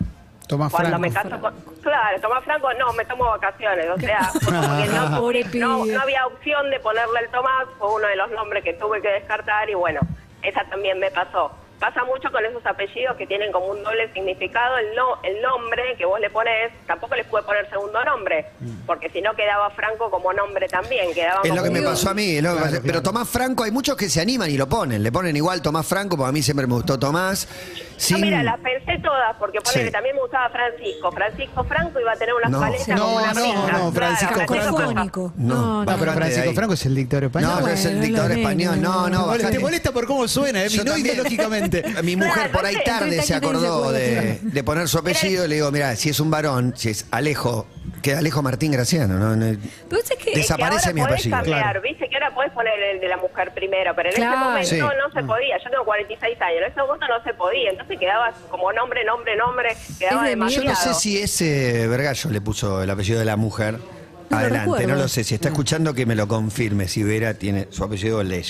Speaker 7: Tomás
Speaker 2: Cuando
Speaker 7: Franco.
Speaker 2: me caso con... Claro, Tomás Franco no, me tomo vacaciones, o sea, porque no,
Speaker 6: Pobre
Speaker 2: no,
Speaker 6: pibe.
Speaker 2: no había opción de ponerle el Tomás, fue uno de los nombres que tuve que descartar y bueno, esa también me pasó. Pasa mucho con esos apellidos que tienen como un doble significado, el no, el nombre que vos le pones, tampoco les pude poner segundo nombre, porque si no quedaba Franco como nombre también, quedaba
Speaker 5: Mm. Es
Speaker 2: como
Speaker 5: lo que me
Speaker 2: un-
Speaker 5: pasó a mí. es lo que
Speaker 7: Claro,
Speaker 5: pasó.
Speaker 7: claro.
Speaker 5: Pero Tomás Franco, hay muchos que se animan y lo ponen. Le ponen igual Tomás Franco, porque a mí siempre me gustó Tomás.
Speaker 2: No,
Speaker 5: Sin-
Speaker 2: mira, las pensé todas, porque ponele,
Speaker 5: Sí.
Speaker 2: también me gustaba Francisco. Francisco Franco iba a tener unas
Speaker 5: No.
Speaker 2: paletas
Speaker 7: No,
Speaker 2: como una
Speaker 7: no,
Speaker 2: pinta.
Speaker 7: no,
Speaker 2: Claro,
Speaker 7: Francisco Franco.
Speaker 6: Cacofónico.
Speaker 5: No,
Speaker 6: No, no.
Speaker 5: va, pero antes de
Speaker 7: Francisco
Speaker 5: ahí.
Speaker 7: Franco es el dictador español.
Speaker 5: No, no es el
Speaker 6: Bueno,
Speaker 5: dictador
Speaker 6: lo mismo.
Speaker 5: español. No, no,
Speaker 7: Te
Speaker 5: bajate.
Speaker 7: molesta- Te molesta por cómo suena, Emi,
Speaker 5: Yo
Speaker 7: no
Speaker 5: también.
Speaker 7: ideológicamente.
Speaker 5: Mi mujer por ahí
Speaker 2: Claro,
Speaker 5: tarde se
Speaker 6: en 30 años
Speaker 5: acordó
Speaker 6: no se
Speaker 5: de,
Speaker 6: acuerda.
Speaker 5: de poner su apellido y le digo, mira, si es un varón, si es Alejo, queda Alejo Martín Graciano. ¿no? No-
Speaker 6: Pero es que-
Speaker 2: Es que
Speaker 5: Desaparece
Speaker 2: ahora
Speaker 5: mi
Speaker 2: podés
Speaker 5: apellido.
Speaker 2: Cambiar,
Speaker 7: Claro.
Speaker 2: Viste que ahora podés poner el de la mujer primero, pero en
Speaker 6: Claro. Mm.
Speaker 2: ese momento
Speaker 5: Sí.
Speaker 2: no se podía. Yo tengo 46 años, en ese momento no se podía. Entonces quedaba como nombre, nombre, nombre, quedaba
Speaker 6: Es de
Speaker 2: demasiado.
Speaker 5: Yo no sé si ese Vergallo le puso el apellido de la mujer.
Speaker 6: No lo
Speaker 5: Adelante, no
Speaker 6: recuerdo.
Speaker 5: lo sé. Si está escuchando, que me lo confirme. Si Vera tiene su apellido o Ley.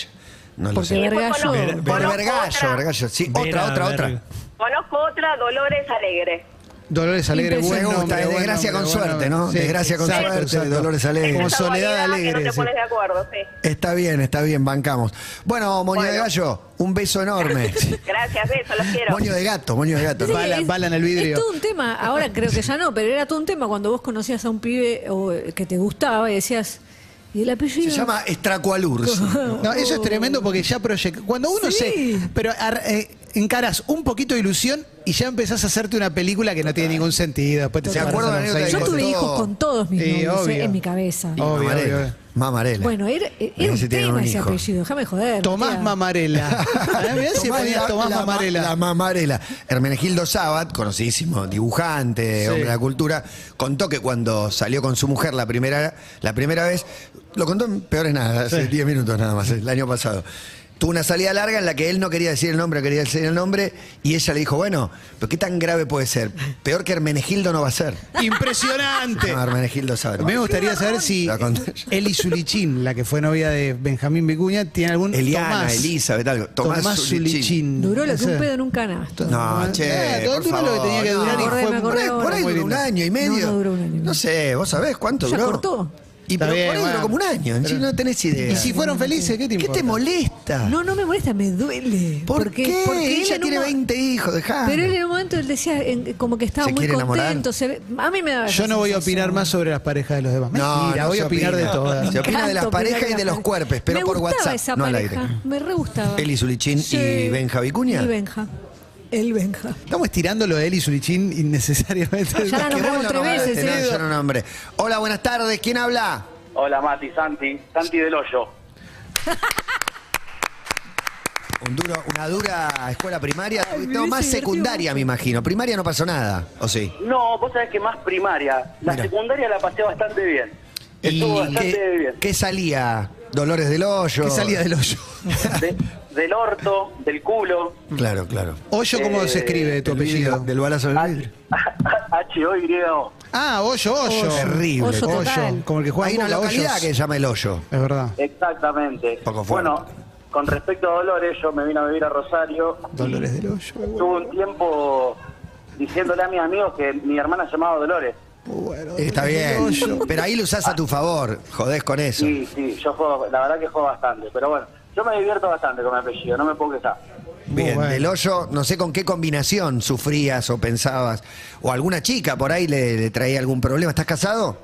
Speaker 5: No lo
Speaker 6: Porque
Speaker 5: sé.
Speaker 2: Después
Speaker 6: Vergallo.
Speaker 2: conozco-
Speaker 8: Ver-
Speaker 5: Por
Speaker 2: conozco
Speaker 5: Vergallo,
Speaker 2: otra-
Speaker 5: Vergallo. Sí,
Speaker 8: Vera,
Speaker 5: otra, otra,
Speaker 8: Ver-
Speaker 5: otra.
Speaker 2: Conozco otra, Dolores Alegre.
Speaker 7: Dolores Alegre,
Speaker 6: Me
Speaker 7: buen
Speaker 5: gusta,
Speaker 7: nombre,
Speaker 5: es
Speaker 7: buen
Speaker 5: desgracia
Speaker 7: nombre,
Speaker 5: con
Speaker 7: buen
Speaker 5: suerte,
Speaker 7: nombre.
Speaker 5: ¿no? Desgracia con suerte, Dolores Alegre.
Speaker 7: Como
Speaker 2: Esa
Speaker 7: Soledad
Speaker 2: dualidad Que no
Speaker 7: Alegre.
Speaker 2: te
Speaker 7: sí.
Speaker 2: pones de acuerdo, sí.
Speaker 5: Está bien, está bien, bancamos. Bueno, Moño de
Speaker 2: Bueno.
Speaker 5: Gallo, un beso enorme.
Speaker 2: Gracias, besos, los quiero.
Speaker 5: moño de gato, moño de gato.
Speaker 6: Sí,
Speaker 7: Bala-
Speaker 6: es-
Speaker 7: bala en el vidrio.
Speaker 6: Es todo un tema, ahora creo que ya no, pero era todo un tema cuando vos conocías a un pibe o, eh, que te gustaba y decías, ¿y el
Speaker 5: Se
Speaker 6: apellido?
Speaker 5: llama Estracualurs.
Speaker 7: No, eso es tremendo porque ya proyecta. Cuando uno
Speaker 6: Sí.
Speaker 7: se. Pero ar- eh, encaras un poquito de ilusión y ya empezás a hacerte una película que no tiene ningún sentido. Después te
Speaker 5: ¿Se
Speaker 7: separas
Speaker 5: acuerdan
Speaker 7: a los
Speaker 5: la
Speaker 7: seis
Speaker 6: Yo
Speaker 5: con
Speaker 6: tuve
Speaker 7: meses.
Speaker 5: todo.
Speaker 6: hijos con todos mis
Speaker 7: "Oh". Sí,
Speaker 6: nombres eh,
Speaker 7: obvio.
Speaker 6: en mi cabeza.
Speaker 7: Y- Obvio,
Speaker 5: Mamarela.
Speaker 7: obvio.
Speaker 5: Mamarela.
Speaker 6: Bueno, era, era
Speaker 5: No sé si
Speaker 6: un
Speaker 5: tienen
Speaker 6: tema
Speaker 5: un
Speaker 6: ese
Speaker 5: hijo.
Speaker 6: apellido, déjame joder.
Speaker 7: Tomás
Speaker 6: tía.
Speaker 7: Mamarela. Ah, Mirá si
Speaker 5: Tomás
Speaker 7: ponías
Speaker 5: la-
Speaker 7: Tomás
Speaker 5: la ma-
Speaker 7: Mamarela.
Speaker 5: La Mamarela. Hermenegildo Sabat, conocidísimo dibujante,
Speaker 7: Sí.
Speaker 5: hombre de la cultura, contó que cuando salió con su mujer la primera, la primera vez, lo contó en peores nada, hace 10 minutos nada más, el año pasado. Tuvo una salida larga en la que él no quería decir el nombre, quería decir el nombre, y ella le dijo, bueno, pero qué tan grave puede ser. Peor que Hermenegildo no va a ser.
Speaker 7: Impresionante.
Speaker 5: No, Hermenegildo Sabat.
Speaker 7: Me gustaría saber si
Speaker 5: La con-
Speaker 7: Eli Zulichín, la que fue novia de Benjamín Vicuña, tiene algún
Speaker 5: Eliana,
Speaker 7: Tomás.
Speaker 5: Elizabeth, algo. Tomás,
Speaker 7: Tomás
Speaker 5: Zulichín.
Speaker 7: Zulichín.
Speaker 6: Duró lo
Speaker 7: No
Speaker 6: que un
Speaker 7: sé.
Speaker 6: pedo en un canasto.
Speaker 5: No,
Speaker 7: Eh,
Speaker 5: che,
Speaker 7: todo
Speaker 5: por
Speaker 7: duró lo que
Speaker 5: favor,
Speaker 7: tenía que durar
Speaker 6: Me
Speaker 7: y
Speaker 6: acordé,
Speaker 7: fue
Speaker 6: me
Speaker 5: por
Speaker 6: acordé,
Speaker 5: ahí,
Speaker 6: me
Speaker 5: por ahí
Speaker 6: acordé.
Speaker 5: duró un año y
Speaker 6: No,
Speaker 5: medio.
Speaker 6: no duró un año y medio.
Speaker 5: No sé, ¿vos sabés cuánto
Speaker 6: Ya
Speaker 5: duró?
Speaker 6: cortó.
Speaker 5: Y
Speaker 7: Está
Speaker 5: pero
Speaker 7: bien,
Speaker 5: por ahí duró
Speaker 7: bueno.
Speaker 5: como un año. en sí
Speaker 7: Pero-
Speaker 5: no tenés idea.
Speaker 7: ¿Y si fueron felices? ¿Qué te
Speaker 5: ¿Qué
Speaker 7: importa?
Speaker 5: te molesta?
Speaker 6: No, no me molesta, me duele.
Speaker 5: ¿Por
Speaker 6: porque,
Speaker 5: qué?
Speaker 6: Porque él
Speaker 5: Ella
Speaker 6: en un
Speaker 5: tiene
Speaker 6: mo-
Speaker 5: 20 hijos, dejá.
Speaker 6: Pero él en un momento él decía en- como que estaba
Speaker 5: ¿Se
Speaker 6: muy
Speaker 5: quiere enamorar?
Speaker 6: contento. se ve- a mí me da
Speaker 7: Yo no voy a opinar más sobre las parejas de los demás.
Speaker 5: No,
Speaker 7: Mentira,
Speaker 5: no
Speaker 7: voy
Speaker 5: se
Speaker 7: a opinar
Speaker 5: opina.
Speaker 7: de todas.
Speaker 5: Se opina de las parejas y de los cuerpos, pero por WhatsApp,
Speaker 6: Esa
Speaker 5: no al
Speaker 6: pareja.
Speaker 5: aire.
Speaker 6: Me re gustaba.
Speaker 5: Eli Zulichín y Benja Vicuña.
Speaker 6: Y Benja. El Benja.
Speaker 7: Estamos estirando lo de él y Sulichín innecesariamente.
Speaker 6: Ya la
Speaker 5: Que vos
Speaker 6: nombramos
Speaker 5: lo
Speaker 6: tres
Speaker 5: nombraste,
Speaker 6: veces.
Speaker 5: no,
Speaker 6: ¿eh?
Speaker 5: yo este no nombré. Hola, buenas tardes. ¿Quién habla?
Speaker 11: Hola Mati, Santi, Santi del Hoyo.
Speaker 5: Un duro- una dura escuela primaria.
Speaker 6: me
Speaker 5: no,
Speaker 6: hubiese
Speaker 5: más
Speaker 6: divertido
Speaker 5: secundaria,
Speaker 6: mucho.
Speaker 5: me imagino. Primaria no pasó nada, ¿o sí?
Speaker 11: No, vos sabés que más primaria. La
Speaker 5: Mira.
Speaker 11: secundaria la pasé bastante bien. Estuvo
Speaker 5: ¿Y
Speaker 11: bastante
Speaker 5: qué,
Speaker 11: bien.
Speaker 5: qué salía? ¿Dolores del hoyo?
Speaker 7: Que salía del hoyo.
Speaker 11: De- del orto, del culo,
Speaker 5: Claro, claro.
Speaker 7: Hoyo, ¿cómo se escribe tu
Speaker 5: Del vidrio,
Speaker 7: apellido?
Speaker 5: Del balazo del vidrio.
Speaker 11: H-O-Y-O.
Speaker 7: Ah, hoyo, hoyo.
Speaker 5: Terrible.
Speaker 6: Hoyo total.
Speaker 7: Hoyo, como el que juega
Speaker 5: Hay una
Speaker 7: en Boca,
Speaker 5: localidad
Speaker 7: hoyos.
Speaker 5: que se llama El Hoyo.
Speaker 7: Es verdad.
Speaker 11: Exactamente.
Speaker 5: Poco fuerte.
Speaker 11: bueno, con respecto a Dolores, yo me vine a vivir a Rosario.
Speaker 7: Dolores del hoyo. muy bueno.
Speaker 11: Tuve un tiempo diciéndole a mis amigos que mi hermana se llamaba Dolores.
Speaker 7: Muy bueno.
Speaker 5: Está
Speaker 7: Dolores del
Speaker 5: bien.
Speaker 7: hoyo.
Speaker 5: Pero ahí lo usás a tu favor. Jodés con eso.
Speaker 11: Sí, sí, yo juego, la verdad que juego bastante. Pero bueno, yo me divierto bastante con mi apellido, no me puedo quejar.
Speaker 5: Bien,
Speaker 7: Muy bueno.
Speaker 5: del hoyo, no sé con qué combinación sufrías o pensabas. O alguna chica por ahí le, le traía algún problema. ¿Estás casado?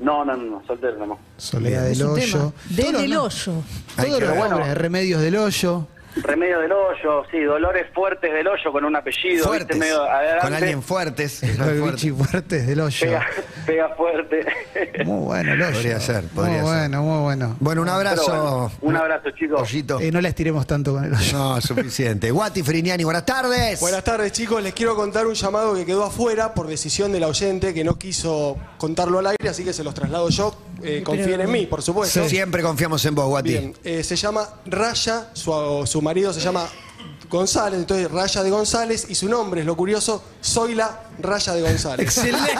Speaker 11: No, no, no, no, soltero no.
Speaker 7: Soledad
Speaker 6: Es
Speaker 7: del
Speaker 6: un tema.
Speaker 7: hoyo.
Speaker 6: Desde
Speaker 7: Todos los
Speaker 6: el
Speaker 7: nom-
Speaker 6: hoyo.
Speaker 5: Hay
Speaker 7: Todos
Speaker 5: que
Speaker 7: los
Speaker 5: ver.
Speaker 7: nombres, remedios del hoyo.
Speaker 11: Remedio del hoyo, sí, dolores fuertes del hoyo con un apellido.
Speaker 5: Fuertes.
Speaker 11: ¿viste? Medio adelante,
Speaker 5: Con alguien fuertes. es más
Speaker 7: El
Speaker 5: fuerte.
Speaker 7: bichi fuertes del hoyo.
Speaker 11: Pega, pega fuerte.
Speaker 7: Muy bueno el hoyo.
Speaker 5: Podría ser, podría
Speaker 7: muy
Speaker 5: ser.
Speaker 7: bueno, muy bueno.
Speaker 5: Bueno, un abrazo.
Speaker 11: Pero bueno, un abrazo, chicos.
Speaker 5: Hoyito.
Speaker 7: Eh, no la estiremos tanto con el hoyo.
Speaker 5: No, suficiente. Guati Friniani, buenas tardes.
Speaker 12: Buenas tardes chicos, les quiero contar un llamado que quedó afuera por decisión del oyente que no quiso contarlo al aire, así que se los traslado yo. Eh, confíen en mí, por supuesto.
Speaker 5: Siempre confiamos en vos, Guati.
Speaker 12: Bien, eh, se llama Raya, su, su marido se llama González, entonces Raya de González y su nombre es lo curioso, Zoila Raya de González.
Speaker 7: Excelente.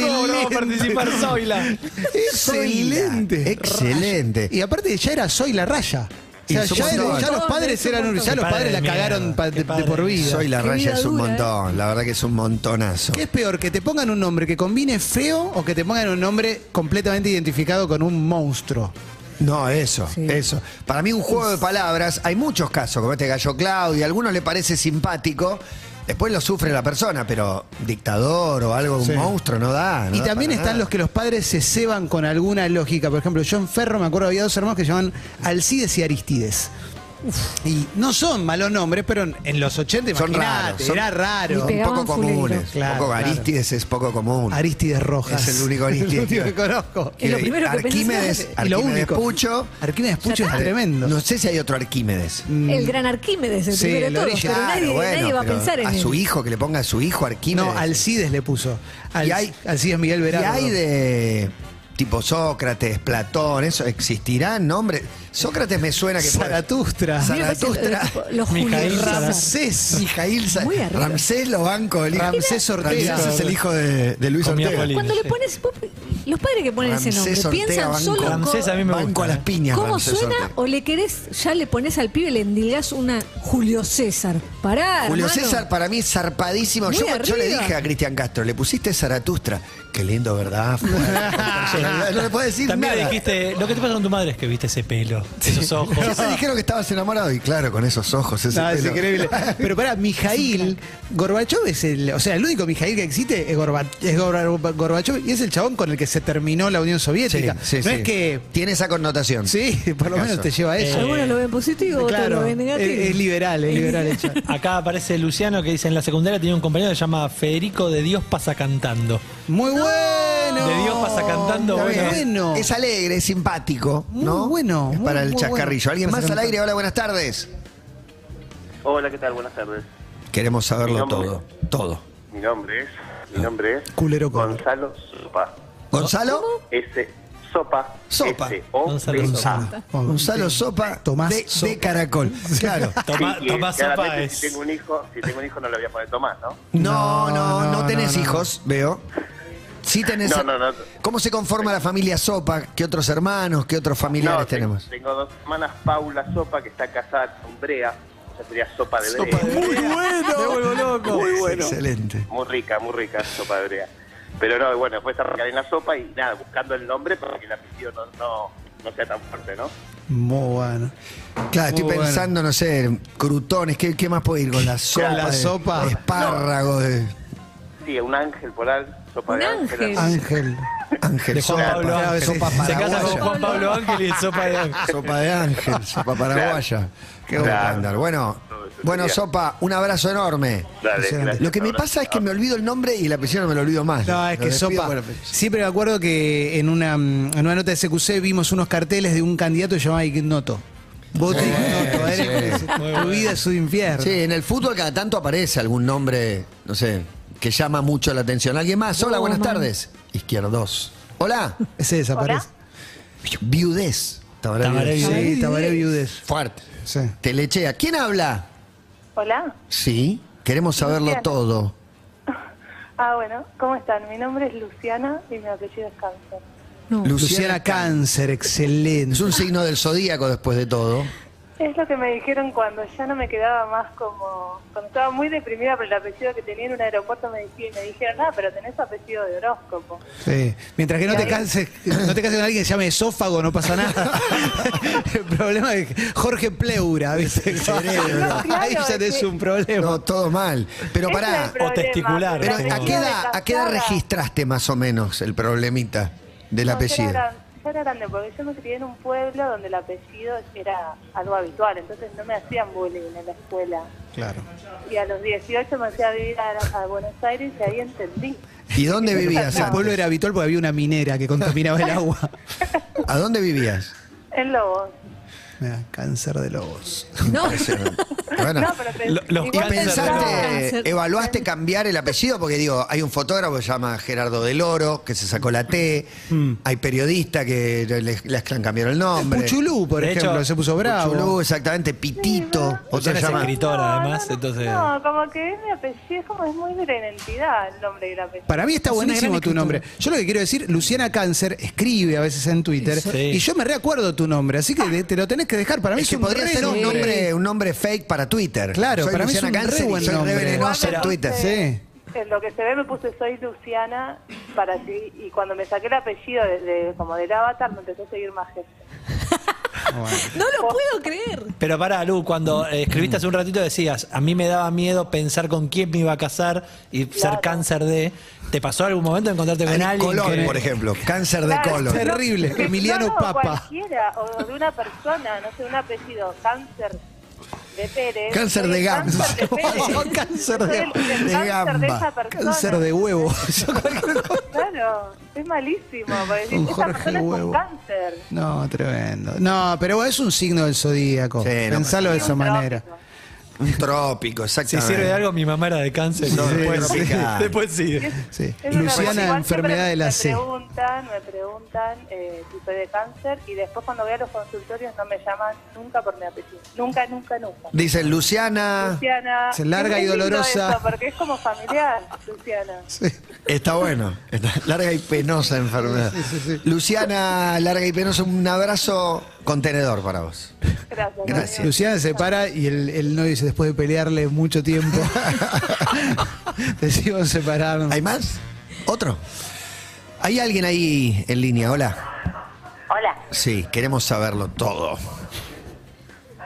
Speaker 8: ¿Cómo no va a participar Zoila?
Speaker 7: Excelente.
Speaker 5: Excelente.
Speaker 7: Y aparte ya era Soy la Raya. O
Speaker 5: Y
Speaker 7: sea,
Speaker 5: somos
Speaker 7: ya, era-
Speaker 5: todos.
Speaker 7: ya los padres eran un- ya
Speaker 8: Qué
Speaker 7: los
Speaker 8: padre
Speaker 7: padres la
Speaker 8: de mierda,
Speaker 7: cagaron pa-
Speaker 8: qué
Speaker 7: de, de
Speaker 8: padre
Speaker 7: por
Speaker 8: de
Speaker 7: vida.
Speaker 5: Soy la
Speaker 6: Qué
Speaker 5: raya,
Speaker 6: vida
Speaker 5: es un
Speaker 6: dura, ¿eh?
Speaker 5: montón. La verdad que es un montonazo.
Speaker 7: ¿Qué es peor? ¿Que te pongan un nombre que combine feo o que te pongan un nombre completamente identificado con un monstruo?
Speaker 5: No, eso, eso. Para mí un juego de palabras, hay muchos casos, como este gallo Claudio, a algunos le parece simpático, después lo sufre la persona, pero dictador o algo,
Speaker 7: Sí.
Speaker 5: un monstruo, no da. no
Speaker 7: Y
Speaker 5: da
Speaker 7: también
Speaker 5: para
Speaker 7: están
Speaker 5: nada.
Speaker 7: los que los padres se ceban con alguna lógica. Por ejemplo, yo en Ferro me acuerdo había dos hermanos que se llamaban Alcides y Aristides. Y no son malos nombres, pero en, en los 80
Speaker 5: Son
Speaker 7: imaginate,
Speaker 5: raros, son-
Speaker 7: era
Speaker 6: Y
Speaker 7: raro.
Speaker 6: pe-
Speaker 5: poco
Speaker 6: pegaban
Speaker 5: comunes.
Speaker 6: fuleros.
Speaker 7: Claro,
Speaker 5: poco
Speaker 7: claro.
Speaker 5: Aristides es poco común.
Speaker 7: Aristides Rojas.
Speaker 5: Es el único Aristides.
Speaker 7: El único que conozco.
Speaker 6: Es lo primero que
Speaker 5: Arquímedes,
Speaker 6: pensás.
Speaker 7: Y lo
Speaker 5: Arquímedes
Speaker 7: único.
Speaker 5: Pucho.
Speaker 7: Arquímedes Pucho
Speaker 6: Ya
Speaker 7: es
Speaker 6: está.
Speaker 7: tremendo. Mm.
Speaker 5: No sé si hay otro Arquímedes.
Speaker 6: El gran Arquímedes, el
Speaker 7: Sí,
Speaker 6: primero
Speaker 7: el
Speaker 6: de todos.
Speaker 7: origen.
Speaker 6: Pero nadie,
Speaker 5: Claro, bueno,
Speaker 6: nadie va a
Speaker 5: pero
Speaker 6: pensar en
Speaker 5: a
Speaker 6: él.
Speaker 5: su hijo, que le ponga a su hijo Arquímedes.
Speaker 7: No, Alcides le puso. Al-
Speaker 5: Y hay-
Speaker 7: Alcides Miguel
Speaker 5: ¿Y
Speaker 7: Verano.
Speaker 5: hay de tipo Sócrates, Platón, eso existirán nombres? Sócrates me suena que puede-
Speaker 7: Zaratustra.
Speaker 6: A mí me parece,
Speaker 5: Zaratustra.
Speaker 6: eh, tipo, Los
Speaker 8: Mijail
Speaker 6: Julio Ramos.
Speaker 7: Ramsés.
Speaker 5: Mijail Sa-
Speaker 6: Muy arriba.
Speaker 5: Ramsés lo banco, el hijo.
Speaker 7: Ramsés Ortega.
Speaker 5: Ramsés es el hijo de, de Luis
Speaker 8: Comía
Speaker 5: Ortega.
Speaker 8: política.
Speaker 6: Cuando le
Speaker 8: Sí.
Speaker 6: pones. vos- Los padres que ponen ese
Speaker 5: Ramsés
Speaker 6: nombre
Speaker 5: Ortega
Speaker 6: piensan
Speaker 5: Banco.
Speaker 6: solo.
Speaker 8: Ramsés
Speaker 6: co-
Speaker 8: a mí me
Speaker 5: Banco
Speaker 8: gusta.
Speaker 5: a las piñas.
Speaker 6: ¿Cómo
Speaker 5: Ramsés
Speaker 6: suena?
Speaker 5: Ortega.
Speaker 6: ¿O le querés, ya le pones al pibe, le endilgás una Julio César? Pará.
Speaker 5: Julio
Speaker 6: hermano.
Speaker 5: César para mí es zarpadísimo.
Speaker 6: Muy
Speaker 5: Yo, yo le
Speaker 6: arriba.
Speaker 5: dije a Cristian Castro, le pusiste Zaratustra. Qué lindo, ¿verdad? Fuerte, personalidad. no le puedo decir
Speaker 8: También
Speaker 5: nada.
Speaker 8: dijiste, lo que te pasa con tu madre es que viste ese pelo, esos ojos.
Speaker 5: Ya te dijeron que estabas enamorado y claro, con esos ojos, ese
Speaker 7: No, Ah, es
Speaker 5: pelo.
Speaker 7: increíble. Pero pará, Mijail, Gorbachov es el. O sea, el único Mijail que existe es, Gorba- es Gorba- Gorbachov y es el chabón con el que se terminó la Unión
Speaker 5: Sí,
Speaker 7: Soviética.
Speaker 5: sí,
Speaker 7: no
Speaker 5: sí.
Speaker 7: es que.
Speaker 5: Tiene esa connotación.
Speaker 7: Sí, por lo
Speaker 5: Acaso.
Speaker 7: menos te lleva a
Speaker 8: Eh,
Speaker 7: eso.
Speaker 6: Algunos lo ven positivo, otros lo
Speaker 7: claro,
Speaker 6: ven
Speaker 7: es,
Speaker 6: negativo.
Speaker 7: es liberal, es liberal el chabón.
Speaker 8: Acá aparece Luciano que dice, en la secundaria tenía un compañero que se llama Federico de Dios pasa cantando.
Speaker 7: Muy bueno.
Speaker 8: De Dios pasa cantando,
Speaker 7: Muy
Speaker 8: bueno.
Speaker 7: bueno.
Speaker 5: Es alegre, es simpático,
Speaker 7: Muy
Speaker 5: ¿no?
Speaker 7: bueno,
Speaker 5: Es
Speaker 7: muy,
Speaker 5: para el
Speaker 7: muy
Speaker 5: chascarrillo.
Speaker 7: bueno.
Speaker 5: ¿Alguien más
Speaker 7: Pasa
Speaker 5: al aire? Hola, buenas tardes.
Speaker 11: Hola, ¿qué tal? Buenas tardes.
Speaker 5: Queremos saberlo
Speaker 9: Mi nombre.
Speaker 5: todo. Todo.
Speaker 9: Mi nombre es, mi nombre es
Speaker 7: Culero con-
Speaker 9: Gonzalo Sopa.
Speaker 5: ¿Gonzalo?
Speaker 9: S Sopa.
Speaker 5: Sopa.
Speaker 9: S O
Speaker 8: Gonzalo
Speaker 9: P A.
Speaker 8: Sopa.
Speaker 5: Gonzalo Sopa
Speaker 7: Tomás
Speaker 5: de,
Speaker 7: Sopa.
Speaker 5: de Caracol. Claro.
Speaker 8: Tomás
Speaker 9: Sí, y
Speaker 8: Tomás Sopa
Speaker 9: claramente, Si
Speaker 8: es...
Speaker 9: tengo un hijo, si tengo un hijo no lo voy a poder tomar, ¿no?
Speaker 5: No, no, no,
Speaker 7: no,
Speaker 5: tenés
Speaker 7: no, no.
Speaker 5: hijos, veo. Sí tenés.
Speaker 9: No, no, no.
Speaker 5: ¿Cómo se conforma la familia Sopa? ¿Qué otros hermanos, qué otros familiares
Speaker 9: No, te-
Speaker 5: tenemos?
Speaker 9: Tengo dos hermanas, Paula Sopa, que está casada con Brea. O sea, sería sopa de Brea.
Speaker 8: Muy bueno, me vuelvo loco.
Speaker 5: Excelente.
Speaker 9: Muy rica, muy rica sopa de Brea.
Speaker 13: Pero no, bueno, después arrancar en la sopa y nada, buscando el nombre para que el apellido no, no, no sea tan fuerte, ¿no?
Speaker 7: Muy bueno.
Speaker 5: Claro, estoy
Speaker 7: Muy bueno.
Speaker 5: pensando, no sé, crutones, ¿qué, qué más puede ir con la sopa?
Speaker 7: la
Speaker 5: de-
Speaker 7: sopa.
Speaker 5: de espárragos. de-
Speaker 13: Sí, un ángel polar, sopa de ángel.
Speaker 5: Ángel. Ángel,
Speaker 8: De Juan
Speaker 5: sopa,
Speaker 8: Pablo
Speaker 5: claro,
Speaker 8: Ángel.
Speaker 5: sopa
Speaker 8: Se casa con
Speaker 5: paraguaya.
Speaker 8: Juan Pablo Ángel y sopa de ángel.
Speaker 5: Sopa de ángel, sopa paraguaya. Qué buen
Speaker 13: Claro.
Speaker 5: estándar. Bueno, bueno,
Speaker 13: sería.
Speaker 5: Sopa, un abrazo enorme.
Speaker 13: Dale,
Speaker 5: Impresionante.
Speaker 13: gracias,
Speaker 5: Lo que me
Speaker 13: abrazo.
Speaker 5: pasa es que me olvido el nombre y el apellido no me lo olvido más.
Speaker 7: No, es
Speaker 5: Lo
Speaker 7: que
Speaker 5: despido pues,
Speaker 7: sopa.
Speaker 5: por apellido.
Speaker 7: Siempre me acuerdo que en una, mm, en una nota de CQC vimos unos carteles de un candidato que se llamaba Ignoto. Vos te Ignoto,
Speaker 5: sí.
Speaker 7: eres- tu vida es un infierno.
Speaker 5: Sí, en el fútbol cada tanto aparece algún nombre, no sé, que llama mucho la atención. ¿Alguien más? Hola, buenas
Speaker 6: Boban.
Speaker 5: tardes. Izquierdos. Hola.
Speaker 7: Ese desaparece.
Speaker 5: Viudez. Tabaré
Speaker 7: Tabaré
Speaker 5: Viudez.
Speaker 7: Viudez.
Speaker 5: Sí,
Speaker 7: Tabaré Viudez.
Speaker 5: Fuerte.
Speaker 7: Sí.
Speaker 5: Telechea. ¿Quién habla?
Speaker 14: Hola.
Speaker 5: Sí, queremos saberlo
Speaker 14: Luciana.
Speaker 5: todo.
Speaker 14: Ah, bueno, ¿cómo están? Mi nombre es Luciana y mi apellido es Cáncer.
Speaker 7: Luciana, Cáncer, excelente.
Speaker 5: Es un signo del zodíaco después de todo.
Speaker 14: Es lo que me dijeron cuando ya no me quedaba más como... Cuando estaba muy deprimida por el apellido que tenía en un aeropuerto me dijeron, me dijeron ah, pero tenés apellido de horóscopo.
Speaker 7: Sí. Mientras que no te canses, no te cases con alguien que se llame esófago, no pasa nada. El problema es que Jorge Pleura, ¿viste?
Speaker 5: cerebro.
Speaker 7: Ahí ya tenés un problema.
Speaker 5: No, todo mal. Pero
Speaker 14: Ese es
Speaker 5: pará.
Speaker 14: el problema,
Speaker 8: testicular,
Speaker 5: Pero
Speaker 14: me
Speaker 5: ¿a qué,
Speaker 14: quedo
Speaker 5: edad, a qué edad
Speaker 14: desgastada.
Speaker 5: registraste más o menos el problemita del
Speaker 14: No,
Speaker 5: apellido?
Speaker 14: Yo era, gran- yo era grande porque yo me crié en un pueblo donde el apellido era algo habitual, entonces no me hacían bullying en la escuela.
Speaker 7: Claro.
Speaker 14: Y a los 18 me hacía vivir a, a Buenos Aires y ahí entendí.
Speaker 5: ¿Y dónde vivías?
Speaker 7: El pueblo era habitual porque había una minera que contaminaba el agua.
Speaker 5: ¿A dónde vivías?
Speaker 14: En Lobos.
Speaker 7: Mirá, cáncer de lobos.
Speaker 6: No,
Speaker 5: Bueno,
Speaker 14: No, pero pens-
Speaker 8: Lo- los
Speaker 14: igual
Speaker 5: ¿Y
Speaker 8: cáncer
Speaker 5: pensaste, eh,
Speaker 6: Cáncer.
Speaker 5: evaluaste cambiar el apellido? Porque digo, hay un fotógrafo que se llama Gerardo del Oro, que se sacó la T,
Speaker 7: Mm.
Speaker 5: hay periodistas que le, le han cambiado el nombre.
Speaker 7: Puchulú, por
Speaker 8: De hecho,
Speaker 7: ejemplo, se puso bravo.
Speaker 5: Puchulú, exactamente, Pitito, otro
Speaker 8: Luciana
Speaker 5: se
Speaker 8: es
Speaker 5: llama
Speaker 8: escritora, además,
Speaker 14: no,
Speaker 8: entonces...
Speaker 14: No, como que es mi apellido, es como es muy de la identidad el nombre y el apellido.
Speaker 7: Para mí está
Speaker 6: Es una
Speaker 7: buenísimo
Speaker 6: gran
Speaker 7: tu
Speaker 6: escritura.
Speaker 7: nombre. Yo lo que quiero decir, Luciana Cáncer escribe a veces en Twitter
Speaker 8: Sí.
Speaker 7: y yo me reacuerdo tu nombre, así que de- te lo tenés que dejar. Para mí
Speaker 5: Es que
Speaker 7: un
Speaker 5: podría
Speaker 7: re
Speaker 5: ser un
Speaker 6: nombre.
Speaker 5: nombre, un nombre fake para Twitter.
Speaker 7: Claro,
Speaker 5: soy
Speaker 7: para mí es
Speaker 5: Luciana
Speaker 7: un re
Speaker 5: Cáncer y
Speaker 7: buen
Speaker 5: soy
Speaker 7: nombre.
Speaker 5: re venenosa en
Speaker 8: Igual,
Speaker 5: Twitter.
Speaker 7: Sí.
Speaker 14: En lo que se ve me puse soy Luciana para ti y cuando me saqué el apellido de, de- como del avatar me empezó a seguir más gente.
Speaker 6: no lo puedo creer.
Speaker 8: Pero pará, Lu, cuando eh, escribiste hace un ratito decías, a mí me daba miedo pensar con quién me iba a casar y ser
Speaker 14: Claro.
Speaker 8: cáncer de... ¿Te pasó algún momento de encontrarte con
Speaker 5: Al
Speaker 8: alguien
Speaker 5: colon,
Speaker 8: que-
Speaker 5: por ejemplo, cáncer de
Speaker 14: Claro,
Speaker 5: colon.
Speaker 14: no,
Speaker 7: Terrible,
Speaker 14: no,
Speaker 7: Emiliano
Speaker 14: no,
Speaker 7: Papa.
Speaker 14: cualquiera, o de una persona, no sé, un apellido, cáncer de Pérez.
Speaker 5: Cáncer
Speaker 14: soy
Speaker 5: de
Speaker 14: el
Speaker 5: gamba.
Speaker 14: Cáncer de, Pérez.
Speaker 7: Cáncer
Speaker 14: Soy
Speaker 7: de-
Speaker 14: el- el
Speaker 5: de
Speaker 14: cáncer de
Speaker 5: gamba.
Speaker 14: esa persona.
Speaker 7: Cáncer de huevo. Yo cualquier cosa.
Speaker 14: Claro, es malísimo. Porque decís,
Speaker 7: Un
Speaker 14: esa
Speaker 7: Jorge
Speaker 14: persona es
Speaker 7: Huevo.
Speaker 14: un cáncer.
Speaker 7: No, tremendo. No, pero bueno, es un signo del zodíaco.
Speaker 5: Sí, no
Speaker 7: Pensalo de esa
Speaker 14: Un
Speaker 7: manera.
Speaker 14: trópico.
Speaker 5: Un trópico,
Speaker 8: Si
Speaker 5: exactamente.
Speaker 8: sirve de algo, mi mamá era de cáncer.
Speaker 5: No,
Speaker 8: y después,
Speaker 5: sí.
Speaker 8: sí, después sigue.
Speaker 7: Sí.
Speaker 14: Es una cosa,
Speaker 7: Luciana,
Speaker 14: igual
Speaker 7: enfermedad
Speaker 14: siempre
Speaker 7: de la C.
Speaker 14: Me preguntan, me preguntan eh, si soy de cáncer y después cuando voy a los consultorios no me llaman nunca por mi apellido. Nunca, nunca, nunca.
Speaker 5: Dicen Luciana,
Speaker 14: Luciana.
Speaker 7: Se larga
Speaker 14: es
Speaker 7: y
Speaker 14: lindo
Speaker 7: dolorosa.
Speaker 14: eso, porque es como familiar, Luciana.
Speaker 5: está bueno. Está- larga y penosa enfermedad. Luciana, larga y penosa, un abrazo contenedor para vos.
Speaker 14: Gracias.
Speaker 5: Gracias.
Speaker 14: amigo.
Speaker 7: Luciana se para y el, el novio dice, después de pelearle mucho tiempo, decidimos separarnos.
Speaker 5: ¿Hay más? ¿Otro? ¿Hay alguien ahí en línea? Hola.
Speaker 15: Hola,
Speaker 5: Sí, queremos saberlo todo.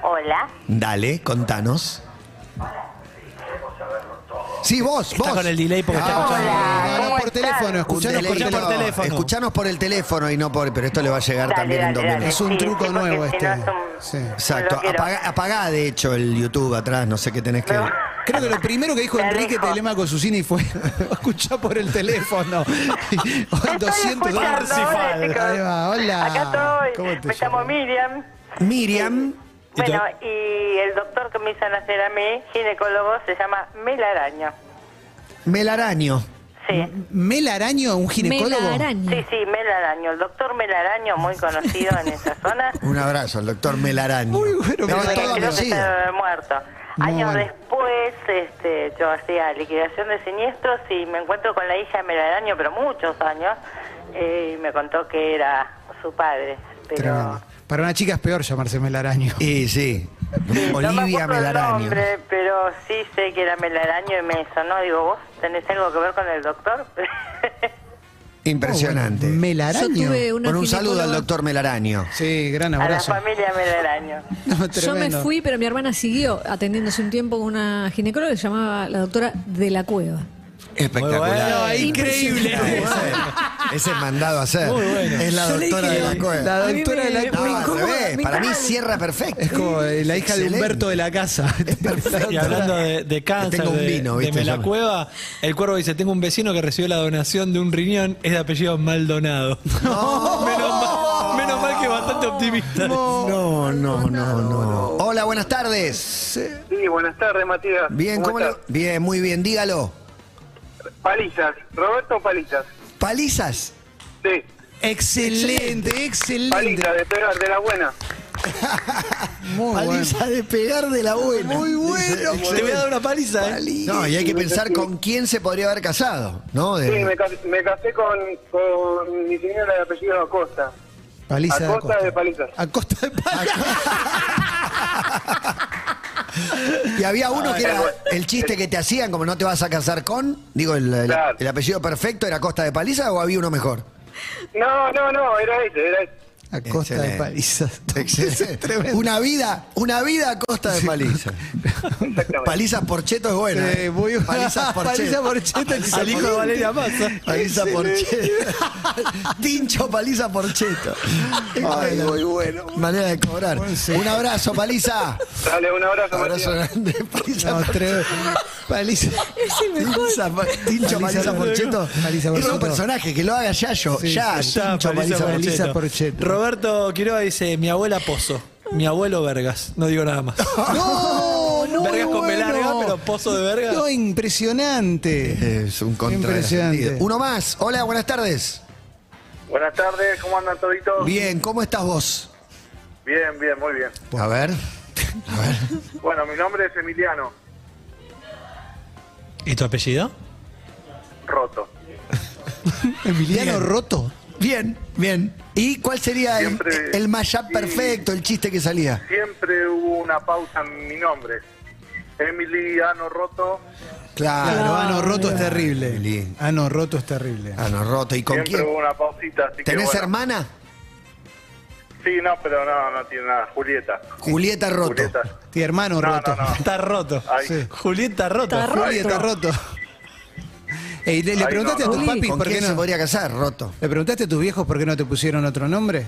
Speaker 15: hola.
Speaker 5: Dale, contanos. Sí, vos,
Speaker 8: Está
Speaker 5: vos.
Speaker 8: con el delay porque está
Speaker 5: Ah,
Speaker 8: escuchando.
Speaker 15: Hola,
Speaker 7: No, no,
Speaker 15: ¿cómo
Speaker 7: por
Speaker 15: estás?
Speaker 7: teléfono, escuchanos
Speaker 5: Un
Speaker 7: por
Speaker 5: delay.
Speaker 7: teléfono.
Speaker 5: Escuchanos por el teléfono y no por. Pero esto le va a llegar
Speaker 15: Dale,
Speaker 5: también en
Speaker 15: dale,
Speaker 5: dos minutos.
Speaker 15: dale.
Speaker 7: Es un
Speaker 15: Sí,
Speaker 7: truco
Speaker 15: sí, porque
Speaker 7: nuevo
Speaker 15: si
Speaker 7: este.
Speaker 15: no es un-
Speaker 7: Sí.
Speaker 5: Exacto.
Speaker 15: No quiero.
Speaker 5: Apagá, apagá, de hecho el YouTube atrás, no sé qué tenés que.
Speaker 7: Creo que lo primero que dijo
Speaker 15: Te
Speaker 7: Enrique
Speaker 15: dejo.
Speaker 7: Telemaco Susini fue, escuchá por el teléfono.
Speaker 15: Te estoy
Speaker 7: 200
Speaker 15: escuchando, hola, chicos.
Speaker 7: Ahí va, hola.
Speaker 15: Acá
Speaker 7: Ah, ¿Cómo te
Speaker 15: estoy. Me llamo
Speaker 7: llamas?
Speaker 15: Miriam.
Speaker 5: Miriam.
Speaker 15: Bueno, y el doctor que me hizo nacer a mí, ginecólogo, se llama Melaraño.
Speaker 5: Melaraño.
Speaker 15: Sí.
Speaker 7: ¿Melaraño, un ginecólogo?
Speaker 6: Melaraña.
Speaker 15: Sí, sí, Melaraño. El doctor Melaraño, muy conocido en esa zona.
Speaker 5: Un abrazo al doctor Melaraño.
Speaker 7: Muy bueno,
Speaker 5: Pero
Speaker 7: Melaraño.
Speaker 5: todo
Speaker 15: Creo que
Speaker 5: apellido.
Speaker 15: está muerto.
Speaker 7: Muy
Speaker 15: Años
Speaker 7: bueno.
Speaker 15: después, este, yo hacía liquidación de siniestros y me encuentro con la hija de Melaraño, pero muchos años, eh, y me contó que era su padre. Pero
Speaker 7: Tremendo. Para una chica es peor llamarse Melaraño.
Speaker 5: Y sí.
Speaker 15: no me
Speaker 5: Olivia
Speaker 15: acuerdo el
Speaker 5: Melaraño.
Speaker 15: nombre, pero sí sé que era Melaraño y me sonó. Digo, ¿vos tenés algo que ver con el doctor?
Speaker 5: Impresionante.
Speaker 7: Melaraño.
Speaker 6: Yo tuve una
Speaker 5: Con un saludo al
Speaker 6: ginecóloga-
Speaker 5: doctor Melaraño.
Speaker 7: Sí, gran
Speaker 15: A la familia Melaraño.
Speaker 6: Yo me fui, pero mi hermana siguió atendiéndose un tiempo con una ginecóloga que se llamaba la doctora de la cueva.
Speaker 5: Espectacular.
Speaker 6: Muy bueno, increíble.
Speaker 5: Ese, ese es mandado a hacer.
Speaker 7: Muy bueno.
Speaker 5: Es la
Speaker 7: Yo le
Speaker 5: doctora
Speaker 7: dije,
Speaker 5: de la cueva.
Speaker 7: la A mí doctora me- de la me
Speaker 5: No, al
Speaker 7: incomoda,
Speaker 5: revés,
Speaker 7: me
Speaker 5: Para mí
Speaker 7: cae.
Speaker 5: cierra perfecto.
Speaker 7: Es como eh, la hija de
Speaker 5: Excelente.
Speaker 7: Humberto de la casa.
Speaker 8: Y hablando de, de cáncer,
Speaker 5: Tengo un
Speaker 8: de-
Speaker 5: vino,
Speaker 8: de,
Speaker 5: ¿viste?
Speaker 8: la cueva, el cuervo dice, tengo un vecino que recibió la donación de un riñón, es de apellido Maldonado. menos, mal, menos mal que bastante optimista.
Speaker 5: No, no, no, no. Hola, buenas tardes.
Speaker 16: Sí, buenas tardes, Matías.
Speaker 5: Bien, ¿cómo le-
Speaker 16: estás?
Speaker 5: Bien, muy bien, dígalo.
Speaker 16: Palizas, Roberto Palizas.
Speaker 5: Palizas.
Speaker 16: Sí.
Speaker 7: Excelente, excelente.
Speaker 16: Palizas, de pegar, de la buena.
Speaker 7: Muy
Speaker 5: Paliza de pegar de la buena. Muy bueno.
Speaker 8: Te voy a dar una paliza, ¿eh?
Speaker 5: No, y hay que pensar con quién se podría haber casado, ¿no? De-
Speaker 16: Sí, me, ca- me casé con, con mi señora de apellido Acosta.
Speaker 7: Paliza de
Speaker 16: Acosta
Speaker 7: Acosta.
Speaker 16: de Palizas.
Speaker 7: A costa de
Speaker 5: Y había uno
Speaker 16: Ah,
Speaker 5: que
Speaker 16: es
Speaker 5: era
Speaker 16: bueno.
Speaker 5: el chiste que te hacían, como no te vas a casar con, digo, el, el- el apellido perfecto era Costa de Paliza o había uno mejor.
Speaker 16: No, no, no, era ese, era ese.
Speaker 7: A costa de
Speaker 5: Excelente.
Speaker 7: paliza.
Speaker 5: Excelente.
Speaker 7: Tremendo.
Speaker 5: Una vida, una vida a costa de paliza. Palizas por cheto es buena.
Speaker 7: Eh,
Speaker 5: ¿eh?
Speaker 7: voy a-
Speaker 5: Palizas por
Speaker 7: Paliza
Speaker 5: cheto.
Speaker 7: por cheto,
Speaker 5: Paliza
Speaker 7: al hijo
Speaker 5: por-
Speaker 7: de Valeria Massa.
Speaker 5: Paliza por
Speaker 7: Excelente.
Speaker 5: cheto. Tincho paliza por cheto.
Speaker 7: Ay, muy
Speaker 5: bueno. Manera de cobrar. Un abrazo, paliza.
Speaker 16: Dale, un abrazo,
Speaker 5: Abrazo
Speaker 16: Matías.
Speaker 5: grande, paliza.
Speaker 7: No,
Speaker 5: por
Speaker 7: tremendo. Paliza.
Speaker 6: Es el mejor.
Speaker 5: Paliza, pa- Tincho Paliza
Speaker 7: Paliza por-
Speaker 5: Porcheto
Speaker 7: Paliza por
Speaker 5: es un
Speaker 7: cheto.
Speaker 5: personaje que lo haga Yayo.
Speaker 7: Sí,
Speaker 5: Oh, ya,
Speaker 7: sí.
Speaker 5: Tincho Paliza,
Speaker 7: Paliza
Speaker 5: Porcheto.
Speaker 7: Paliza Porcheto.
Speaker 8: Roberto Quiroga dice, mi abuela Pozo, mi abuelo Vergas, no digo nada más.
Speaker 7: No, no.
Speaker 8: Vergas con B
Speaker 7: bueno.
Speaker 8: larga, pero Pozo de Vergas.
Speaker 7: No, impresionante.
Speaker 5: Es un
Speaker 7: Impresionante.
Speaker 5: contrasentido. Uno más. Hola, buenas tardes.
Speaker 11: Buenas tardes, ¿cómo andan toditos?
Speaker 5: Bien, ¿cómo estás vos?
Speaker 11: Bien, bien, muy bien.
Speaker 5: A ver. A ver.
Speaker 11: Bueno, mi nombre es Emiliano
Speaker 8: ¿Y tu apellido?
Speaker 11: Roto.
Speaker 7: Emiliano Roto.
Speaker 5: Bien, bien. ¿Y cuál sería el,
Speaker 11: Siempre-
Speaker 5: el mashup perfecto, el chiste que salía?
Speaker 11: Siempre hubo una pausa en mi nombre. Emiliano Roto.
Speaker 7: Claro,
Speaker 5: Claro.
Speaker 7: Ano Roto es terrible. Ano Roto es terrible.
Speaker 5: Ah, no, roto. ¿Y con
Speaker 11: Siempre
Speaker 5: quién?
Speaker 11: hubo una pausita, así
Speaker 5: ¿Tenés
Speaker 11: que bueno.
Speaker 5: hermana?
Speaker 11: Sí, no, pero no, no tiene nada. Julieta.
Speaker 5: Julieta Roto.
Speaker 11: Julieta.
Speaker 7: Ti hermano
Speaker 11: No, no,
Speaker 7: Roto.
Speaker 11: no.
Speaker 8: Está roto.
Speaker 11: Ahí.
Speaker 7: Sí.
Speaker 8: Julieta roto.
Speaker 6: Está roto.
Speaker 7: Juli, está roto. Ey, ¿Le, le
Speaker 11: Ay,
Speaker 7: preguntaste
Speaker 11: no,
Speaker 7: a tus
Speaker 6: no.
Speaker 7: papis
Speaker 5: ¿Con
Speaker 7: por qué
Speaker 5: quién se
Speaker 7: no?
Speaker 5: podría casar? Roto.
Speaker 7: ¿Le preguntaste a tus viejos por qué no te pusieron otro nombre?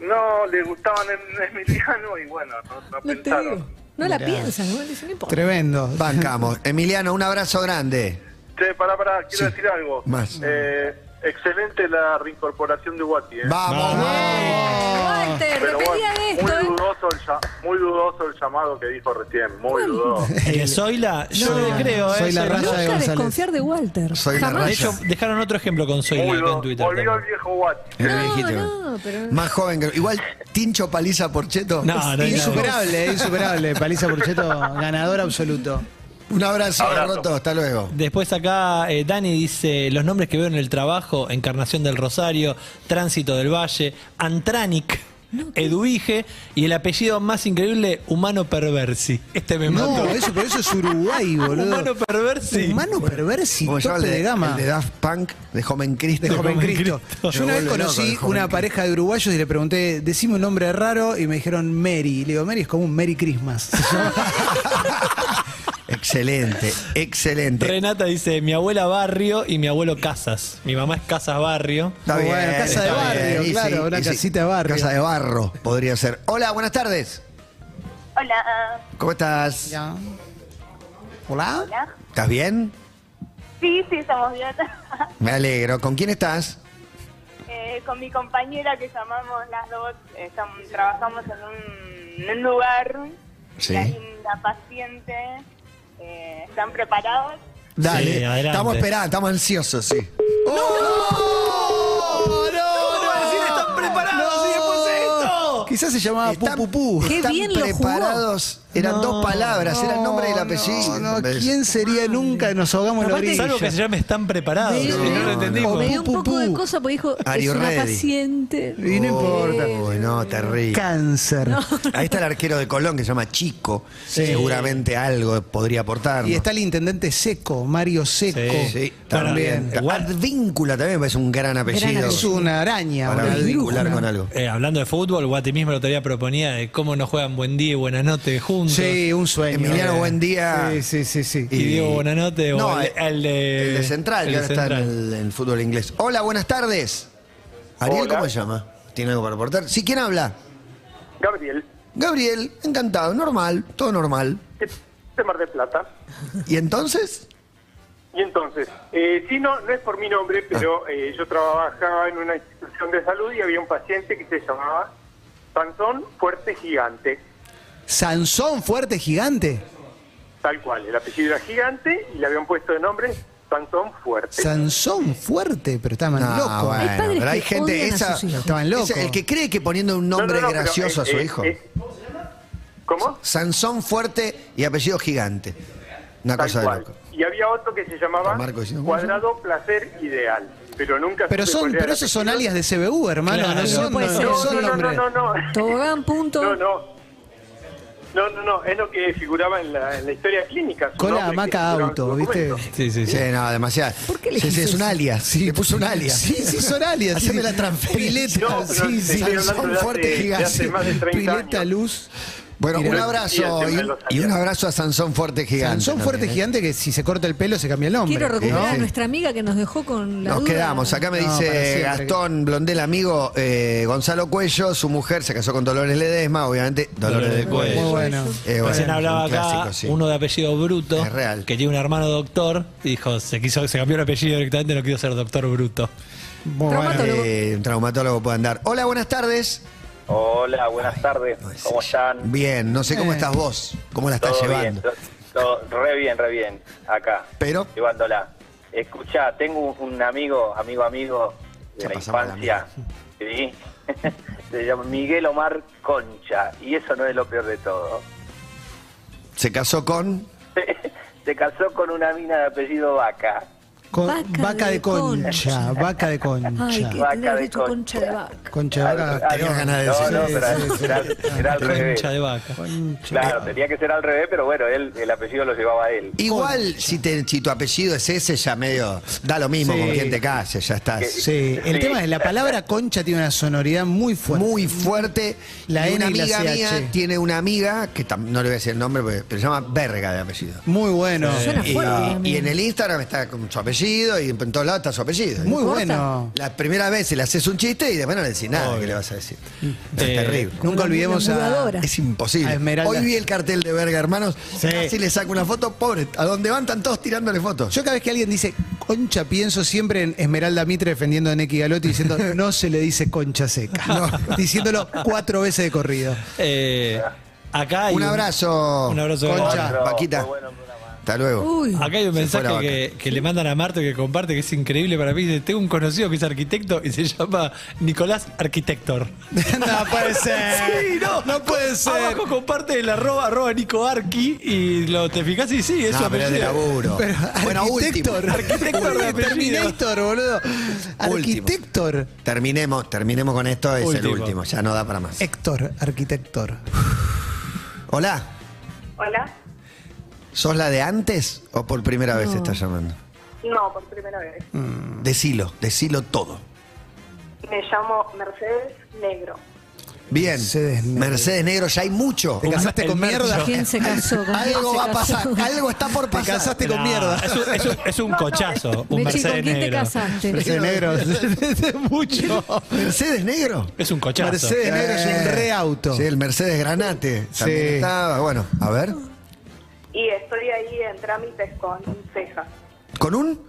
Speaker 11: No, le gustaban em- Emiliano y bueno, no, no
Speaker 6: No te digo.
Speaker 11: pensaron.
Speaker 6: No la piensan, no, Dice, no importa.
Speaker 7: Tremendo.
Speaker 5: Bancamos. Emiliano, un abrazo grande.
Speaker 11: Che, pará, pará, quiero decir algo.
Speaker 5: Más.
Speaker 11: Eh, excelente la reincorporación de Guati, ¿eh?
Speaker 5: Vamos,
Speaker 6: Walter,
Speaker 11: Pero
Speaker 6: dependía
Speaker 11: bueno,
Speaker 6: de
Speaker 11: muy
Speaker 6: esto, ¿eh?
Speaker 11: dudoso, el ya- muy dudoso el llamado que dijo recién, muy dudoso.
Speaker 5: Eh,
Speaker 8: ¿El de Zoila? Yo
Speaker 7: Soy
Speaker 8: le
Speaker 7: la-
Speaker 8: creo, ¿eh?
Speaker 7: soy la
Speaker 8: Soy
Speaker 7: raza
Speaker 8: la-
Speaker 7: de
Speaker 6: Nunca
Speaker 7: González.
Speaker 6: desconfiar de Walter.
Speaker 5: Soy una
Speaker 6: Jamás.
Speaker 8: De hecho, dejaron otro ejemplo con Zoila
Speaker 11: Muy
Speaker 8: acá en
Speaker 11: dudoso.
Speaker 8: Twitter.
Speaker 11: Volvió el
Speaker 8: también.
Speaker 11: viejo Guati.
Speaker 5: El
Speaker 6: No,
Speaker 5: viejito.
Speaker 6: no, pero...
Speaker 5: Eh, Más joven que. Igual, Tincho Paliza Porcheto.
Speaker 8: No, no hay nada.
Speaker 7: Insuperable, eh, insuperable. Paliza Porcheto, ganador absoluto.
Speaker 5: Un abrazo,
Speaker 11: Abrazo.
Speaker 5: Roto. Hasta luego.
Speaker 8: Después acá eh, Dani dice los nombres que veo en el trabajo, Encarnación del Rosario, Tránsito del Valle, Antranic, Eduige y el apellido más increíble, Humano Perversi. Este me mató.
Speaker 7: No, eso, pero eso es Uruguay, boludo.
Speaker 8: Humano Perversi.
Speaker 7: Humano perversi,
Speaker 5: Como yo,
Speaker 7: tope
Speaker 5: el
Speaker 7: de,
Speaker 5: de,
Speaker 7: gama.
Speaker 5: el de Daft Punk, de Joven Cristo.
Speaker 7: De Joven Cristo. Yo
Speaker 5: Me
Speaker 7: una
Speaker 5: vuelve
Speaker 7: vez
Speaker 5: loco el
Speaker 7: conocí
Speaker 5: Joven
Speaker 7: una
Speaker 5: Cristo.
Speaker 7: pareja de uruguayos y le pregunté, decime un nombre raro, y me dijeron Mary. Y le digo, Mary es como un Merry Christmas.
Speaker 5: Excelente, excelente.
Speaker 8: Renata dice mi abuela Barrio y mi abuelo Casas. Mi mamá es Casas Barrio.
Speaker 5: Está
Speaker 7: Oh, Bueno, casa de barrio,
Speaker 5: y
Speaker 7: claro, una
Speaker 5: y
Speaker 7: casita de barrio.
Speaker 5: Casa de barro, podría ser. Hola, buenas tardes.
Speaker 10: Hola,
Speaker 5: ¿Cómo estás?
Speaker 7: Ya. ¿Hola?
Speaker 10: hola.
Speaker 5: ¿Estás bien?
Speaker 10: Sí, sí, estamos bien.
Speaker 5: Me alegro. ¿Con quién estás?
Speaker 10: Eh, con mi compañera que llamamos las dos, eh, estamos- trabajamos en un, en un lugar.
Speaker 5: Sí.
Speaker 10: Y hay una paciente. eh, ¿Están preparados?
Speaker 5: Dale.
Speaker 8: Sí, adelante.
Speaker 5: estamos esperando, estamos ansiosos, sí.
Speaker 7: Quizás se llamaba
Speaker 5: Están-
Speaker 7: Pupupú.
Speaker 6: Qué
Speaker 5: están
Speaker 6: Oh, bien lo jugó.
Speaker 5: preparados Eran dos palabras, era el nombre y el apellido.
Speaker 7: No, ¿quién sería nunca? Nos ahogamos en la
Speaker 8: Aparte, es
Speaker 7: orilla.
Speaker 8: algo que se llame Están Preparados.
Speaker 6: Me dio-
Speaker 8: que no lo entendimos.
Speaker 6: Me dio un poco de cosa porque dijo,
Speaker 5: Are
Speaker 6: es
Speaker 5: you
Speaker 6: una
Speaker 5: ready?
Speaker 6: paciente.
Speaker 5: Y no importa. Uy, no, terrible.
Speaker 7: Cáncer.
Speaker 5: Ahí está el arquero de Colón que se llama Chico.
Speaker 7: Sí.
Speaker 5: Seguramente algo podría aportar.
Speaker 7: Y está el intendente Seco, Mario Seco.
Speaker 5: también.
Speaker 7: también.
Speaker 5: Advíncula también me parece un gran apellido.
Speaker 7: Es una araña.
Speaker 5: Para
Speaker 7: boludo.
Speaker 5: vincular con algo.
Speaker 8: Eh, hablando de fútbol, Guati mismo lo todavía proponía de cómo nos juegan buen día y buenas noches juntos.
Speaker 7: Sí, un sueño.
Speaker 5: Emiliano Buendía.
Speaker 7: Sí, sí, sí. sí.
Speaker 8: Y Diego Buenanote o
Speaker 5: No, eh,
Speaker 8: el, el de,
Speaker 5: El de Central,
Speaker 8: el
Speaker 5: que
Speaker 8: de
Speaker 5: ahora está en
Speaker 8: Central.
Speaker 5: el, en el fútbol inglés. Hola, buenas tardes. Ariel,
Speaker 16: Hola.
Speaker 5: ¿cómo se llama? ¿Tiene algo para aportar? Sí, ¿quién habla?
Speaker 16: Gabriel,
Speaker 5: Gabriel, encantado, normal, todo normal.
Speaker 16: de Mar del Plata.
Speaker 5: ¿Y entonces?
Speaker 16: Y entonces, eh, sí, no, no es por mi nombre,
Speaker 5: Ah.
Speaker 16: pero eh, yo trabajaba en una institución de salud y había un paciente que se llamaba Sansón Fuerte Gigante.
Speaker 7: Sansón fuerte gigante.
Speaker 16: Tal cual, el apellido era gigante y le habían puesto de nombre Sansón Fuerte.
Speaker 7: Sansón fuerte, pero estaban
Speaker 5: No,
Speaker 7: locos.
Speaker 5: bueno, Hay padres pero hay que gente- odian a esa- sus hijos.
Speaker 7: Estaban locos.
Speaker 5: Ese- el que cree que poniendo un
Speaker 16: No, no,
Speaker 5: nombre
Speaker 16: no, pero,
Speaker 5: gracioso a
Speaker 16: eh,
Speaker 5: su
Speaker 16: eh,
Speaker 5: hijo.
Speaker 16: eh, ¿Cómo?
Speaker 5: Sansón fuerte y apellido gigante. Una
Speaker 16: Tal
Speaker 5: cosa de
Speaker 16: cual.
Speaker 5: loco.
Speaker 16: Y había otro que se llamaba
Speaker 5: Marco, ¿sí? ¿Cómo se llama?
Speaker 16: Cuadrado Placer Ideal. Pero nunca
Speaker 7: Pero
Speaker 16: supe
Speaker 7: son,
Speaker 16: cuál era
Speaker 7: pero
Speaker 16: el
Speaker 7: esos son
Speaker 16: apellido.
Speaker 7: alias de CBU, hermano.
Speaker 8: Claro.
Speaker 7: no son,
Speaker 8: No puede
Speaker 7: no
Speaker 8: ser.
Speaker 7: son
Speaker 16: No, no, no,
Speaker 7: nombres.
Speaker 16: no, no, no.
Speaker 6: Tobogán, punto.
Speaker 16: No, no. No, no, no, es lo que figuraba en la, en la historia clínica. su nombre
Speaker 7: Cola
Speaker 16: que
Speaker 7: hamaca
Speaker 16: figuraba en
Speaker 7: auto,
Speaker 16: su
Speaker 7: ¿viste?
Speaker 16: documento.
Speaker 8: Sí, sí, sí.
Speaker 5: Sí, no, demasiado.
Speaker 6: le
Speaker 5: Sí, sí,
Speaker 6: hizo
Speaker 5: es un
Speaker 6: eso?
Speaker 5: alias. le puso un alias.
Speaker 7: Sí, sí, son alias. sí,
Speaker 5: Haceme
Speaker 7: sí.
Speaker 5: la transferencia.
Speaker 16: No, pero
Speaker 7: Sí,
Speaker 16: te
Speaker 7: sí,
Speaker 16: estoy hablando
Speaker 7: Sansón
Speaker 16: de hace-
Speaker 7: fuerte
Speaker 16: de hace
Speaker 7: gigante.
Speaker 16: más de 30
Speaker 7: Pileta
Speaker 16: años.
Speaker 7: luz.
Speaker 5: Bueno,
Speaker 7: Mirá.
Speaker 5: un abrazo
Speaker 16: Sí,
Speaker 5: y,
Speaker 16: el tema de los
Speaker 5: y un
Speaker 16: alias.
Speaker 5: abrazo a Sansón fuerte gigante.
Speaker 7: Sansón fuerte
Speaker 5: también, ¿eh?
Speaker 7: gigante que si se corta el pelo se cambia el nombre.
Speaker 6: Quiero recuperar a
Speaker 5: Sí.
Speaker 6: nuestra amiga que nos dejó con la
Speaker 5: Nos
Speaker 6: duda.
Speaker 5: quedamos. Acá me
Speaker 7: No, para
Speaker 5: dice
Speaker 7: siempre.
Speaker 5: Gastón Blondel, amigo eh, Gonzalo Cuello, su mujer se casó con Dolores Ledesma, obviamente. Dolores,
Speaker 8: Dolores
Speaker 5: de
Speaker 8: de
Speaker 5: Cuello.
Speaker 7: Muy bueno.
Speaker 5: Eh, bueno,
Speaker 8: Recién hablaba
Speaker 5: un
Speaker 8: acá
Speaker 5: clásico, sí.
Speaker 8: uno de apellido Bruto,
Speaker 5: Es real.
Speaker 8: que tiene un hermano doctor, y dijo, se quiso, se cambió el apellido directamente, no quiso ser doctor Bruto.
Speaker 7: Muy bueno.
Speaker 6: Traumatólogo.
Speaker 5: Eh, un traumatólogo puede andar. Hola, buenas tardes.
Speaker 13: Hola, buenas tardes. ¿Cómo están?
Speaker 5: Bien, no sé cómo
Speaker 7: Eh.
Speaker 5: estás vos, cómo la estás
Speaker 13: Todo bien,
Speaker 5: llevando.
Speaker 13: to- todo, re bien, re bien. Acá,
Speaker 5: Pero
Speaker 13: llevándola. Escuchá, tengo un, un amigo, amigo, amigo de
Speaker 5: Ya
Speaker 13: la
Speaker 5: pasamos al
Speaker 13: infancia. ¿sí? Se llama Miguel Omar Concha. Y eso no es lo peor de todo.
Speaker 5: se casó con.
Speaker 13: Se casó con una mina de apellido Vaca.
Speaker 7: Con-
Speaker 6: Vaca
Speaker 7: vaca,
Speaker 6: de
Speaker 7: de, concha,
Speaker 6: concha.
Speaker 7: vaca de concha.
Speaker 6: Ay, que le
Speaker 13: Vaca
Speaker 6: habré
Speaker 13: de
Speaker 6: hecho
Speaker 13: concha.
Speaker 6: concha de vaca.
Speaker 7: Concha de vaca.
Speaker 13: Ah,
Speaker 5: tenía ganas de
Speaker 13: no,
Speaker 5: decir.
Speaker 13: no, pero
Speaker 7: Sí, sí,
Speaker 13: era,
Speaker 7: sí.
Speaker 13: era al revés.
Speaker 8: Concha de vaca.
Speaker 13: Claro, tenía que ser al revés, pero bueno, él, el apellido lo llevaba él.
Speaker 5: Igual, si, te- si tu apellido es ese, ya medio. Da lo mismo
Speaker 7: Sí.
Speaker 5: con quién te cases, ya estás.
Speaker 7: Sí, el
Speaker 13: Sí.
Speaker 7: tema es la palabra concha tiene una sonoridad muy fuerte.
Speaker 5: Muy fuerte.
Speaker 7: La
Speaker 5: y una
Speaker 7: N y la
Speaker 5: amiga mía
Speaker 7: CH.
Speaker 5: tiene una amiga, que tam- no le voy a decir el nombre, porque- pero se llama Verga de apellido. Eh,
Speaker 7: Muy bueno.
Speaker 6: Suena
Speaker 5: Y,
Speaker 6: fuerte también.
Speaker 5: y en el Instagram está con su apellido y en todos lados está su apellido.
Speaker 7: Muy
Speaker 5: Y
Speaker 7: bueno.
Speaker 5: La primera vez se le haces un chiste y después no le decís nada que le vas a decir. Es
Speaker 8: Eh,
Speaker 5: terrible.
Speaker 7: Nunca olvidemos
Speaker 6: Una
Speaker 7: a.
Speaker 6: mudadora.
Speaker 5: Es
Speaker 7: A
Speaker 5: imposible.
Speaker 7: Esmeralda.
Speaker 5: Hoy vi el cartel de verga, hermanos.
Speaker 7: Sí.
Speaker 5: Casi le saco una foto, pobre. A donde van están todos tirándole fotos.
Speaker 7: Yo cada vez que alguien dice concha, pienso siempre en Esmeralda Mitre defendiendo a Neki Galotti diciendo no se le dice concha seca. No, diciéndolo cuatro veces de corrido.
Speaker 8: Eh, acá hay
Speaker 5: un abrazo.
Speaker 8: un abrazo
Speaker 5: Concha,
Speaker 13: grande.
Speaker 5: Paquita.
Speaker 13: Muy bueno, muy bueno.
Speaker 5: Hasta luego.
Speaker 6: Uy.
Speaker 8: Acá hay un
Speaker 5: Se fue la
Speaker 8: mensaje
Speaker 5: vaca.
Speaker 8: que, que le mandan a Marto que comparte que es increíble para mí. Dice, tengo un conocido que es arquitecto y se llama Nicolás Arquitector.
Speaker 7: no puede ser.
Speaker 8: Sí, no,
Speaker 7: no puede ser.
Speaker 8: Abajo comparte el arroba, arroba Nico Arqui y lo te fijas y sí, eso
Speaker 5: No, Ah, pero es de laburo.
Speaker 7: Pero
Speaker 5: bueno, último.
Speaker 7: arquitector,
Speaker 8: Arquitector de apellido.
Speaker 7: Terminator, boludo.
Speaker 5: Último.
Speaker 7: Arquitector.
Speaker 5: Terminemos, terminemos con esto, es el
Speaker 8: Último.
Speaker 5: último, ya no da para más.
Speaker 7: Héctor, arquitector.
Speaker 5: Hola,
Speaker 14: Hola.
Speaker 5: ¿sos la de antes o por primera vez estás llamando?
Speaker 14: No, por primera vez.
Speaker 8: Mm.
Speaker 5: Decilo, decilo todo.
Speaker 14: Me llamo Mercedes Negro.
Speaker 5: Bien.
Speaker 7: Mercedes Negro.
Speaker 5: Mercedes Negro, ya hay mucho.
Speaker 7: Te casaste
Speaker 8: el
Speaker 7: con
Speaker 8: mercho.
Speaker 7: mierda.
Speaker 6: ¿Quién se casó? ¿Con quién
Speaker 5: Algo
Speaker 6: se
Speaker 5: va a
Speaker 6: casó?
Speaker 5: pasar, algo está por
Speaker 7: Te
Speaker 5: pasar.
Speaker 7: casaste con mierda.
Speaker 8: Es un, es un- es un cochazo, un
Speaker 6: Mechi, ¿con
Speaker 8: Mercedes
Speaker 6: quién te
Speaker 8: negro.
Speaker 6: casaste?
Speaker 7: Mercedes Negro. es mucho.
Speaker 5: ¿Mercedes Negro?
Speaker 8: Es un cochazo.
Speaker 7: Mercedes Negro es un re auto.
Speaker 5: Sí, el Mercedes Granate. También
Speaker 7: Sí.
Speaker 5: estaba. Bueno, a ver.
Speaker 14: Y estoy ahí en trámites con cejas.
Speaker 5: ¿Con un?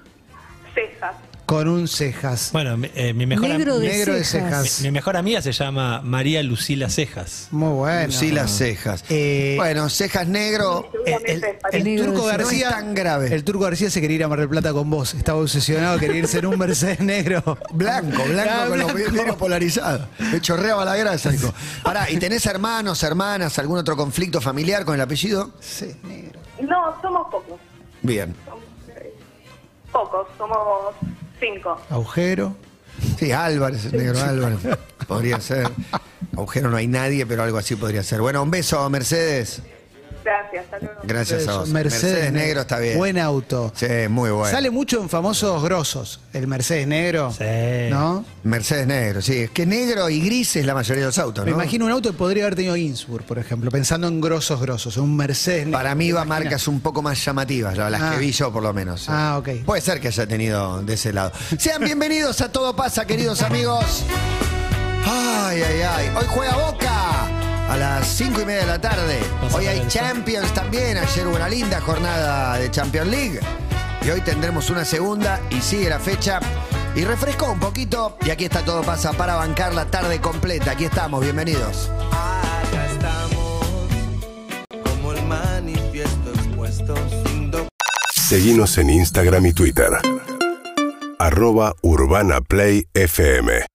Speaker 14: Cejas.
Speaker 7: con un cejas.
Speaker 8: Bueno, mi- eh, mi mejor am-
Speaker 7: Negro de Negro de cejas. cejas.
Speaker 8: Mi, mi mejor amiga se llama María Lucila Cejas. Eh,
Speaker 7: Muy bueno. Eh,
Speaker 5: Lucila Cejas. bueno, Cejas Negro.
Speaker 7: El, el
Speaker 5: Negro
Speaker 7: turco
Speaker 5: de cejas.
Speaker 7: García.
Speaker 5: No es tan grave.
Speaker 7: El turco García se quería ir a Mar del Plata con vos. Estaba obsesionado, quería irse en un Mercedes negro.
Speaker 5: Blanco, blanco,
Speaker 7: Ah,
Speaker 5: con los
Speaker 7: blanco.
Speaker 5: vidrios polarizados. Me chorreaba la grasa, dijo. Pará, ¿y tenés hermanos, hermanas, algún otro conflicto familiar con el apellido? Sí.
Speaker 14: No, somos pocos.
Speaker 5: Bien.
Speaker 14: Pocos, somos cinco.
Speaker 7: Agujero.
Speaker 5: Sí, Álvarez, el negro Álvarez. Podría ser. Agujero no hay nadie, pero algo así podría ser. Bueno, un beso, Mercedes.
Speaker 14: Gracias, hasta luego.
Speaker 5: Gracias a vos.
Speaker 7: Mercedes,
Speaker 5: Negro está bien.
Speaker 7: Buen auto.
Speaker 5: Sí, muy bueno.
Speaker 7: Sale mucho en famosos grosos. El Mercedes negro. ¿No?
Speaker 5: Mercedes Negro, sí. Es que negro y gris es la mayoría de los autos,
Speaker 7: Me
Speaker 5: ¿no?
Speaker 7: imagino un auto que podría haber tenido Innsbruck, por ejemplo, pensando en grosos, grosos, en un Mercedes.
Speaker 5: Para mí va marcas un poco más llamativas, la- las
Speaker 7: Ah.
Speaker 5: que vi yo por lo menos. sí.
Speaker 7: Ah, ok.
Speaker 5: Puede ser que haya tenido de ese lado. Sean bienvenidos a Todo Pasa, queridos amigos. Ay, ay, ay. Hoy juega Boca a las 5 y media de la tarde. Hoy hay Champions también. Ayer hubo una linda jornada de Champions League. Y hoy tendremos una segunda y sigue la fecha. Y refrescó un poquito. Y aquí está Todo Pasa para bancar la tarde completa. Aquí estamos, bienvenidos.
Speaker 17: Acá estamos, como el manifiesto expuesto sin doc-
Speaker 18: Seguimos en Instagram y Twitter. Arroba Urbana Play FM.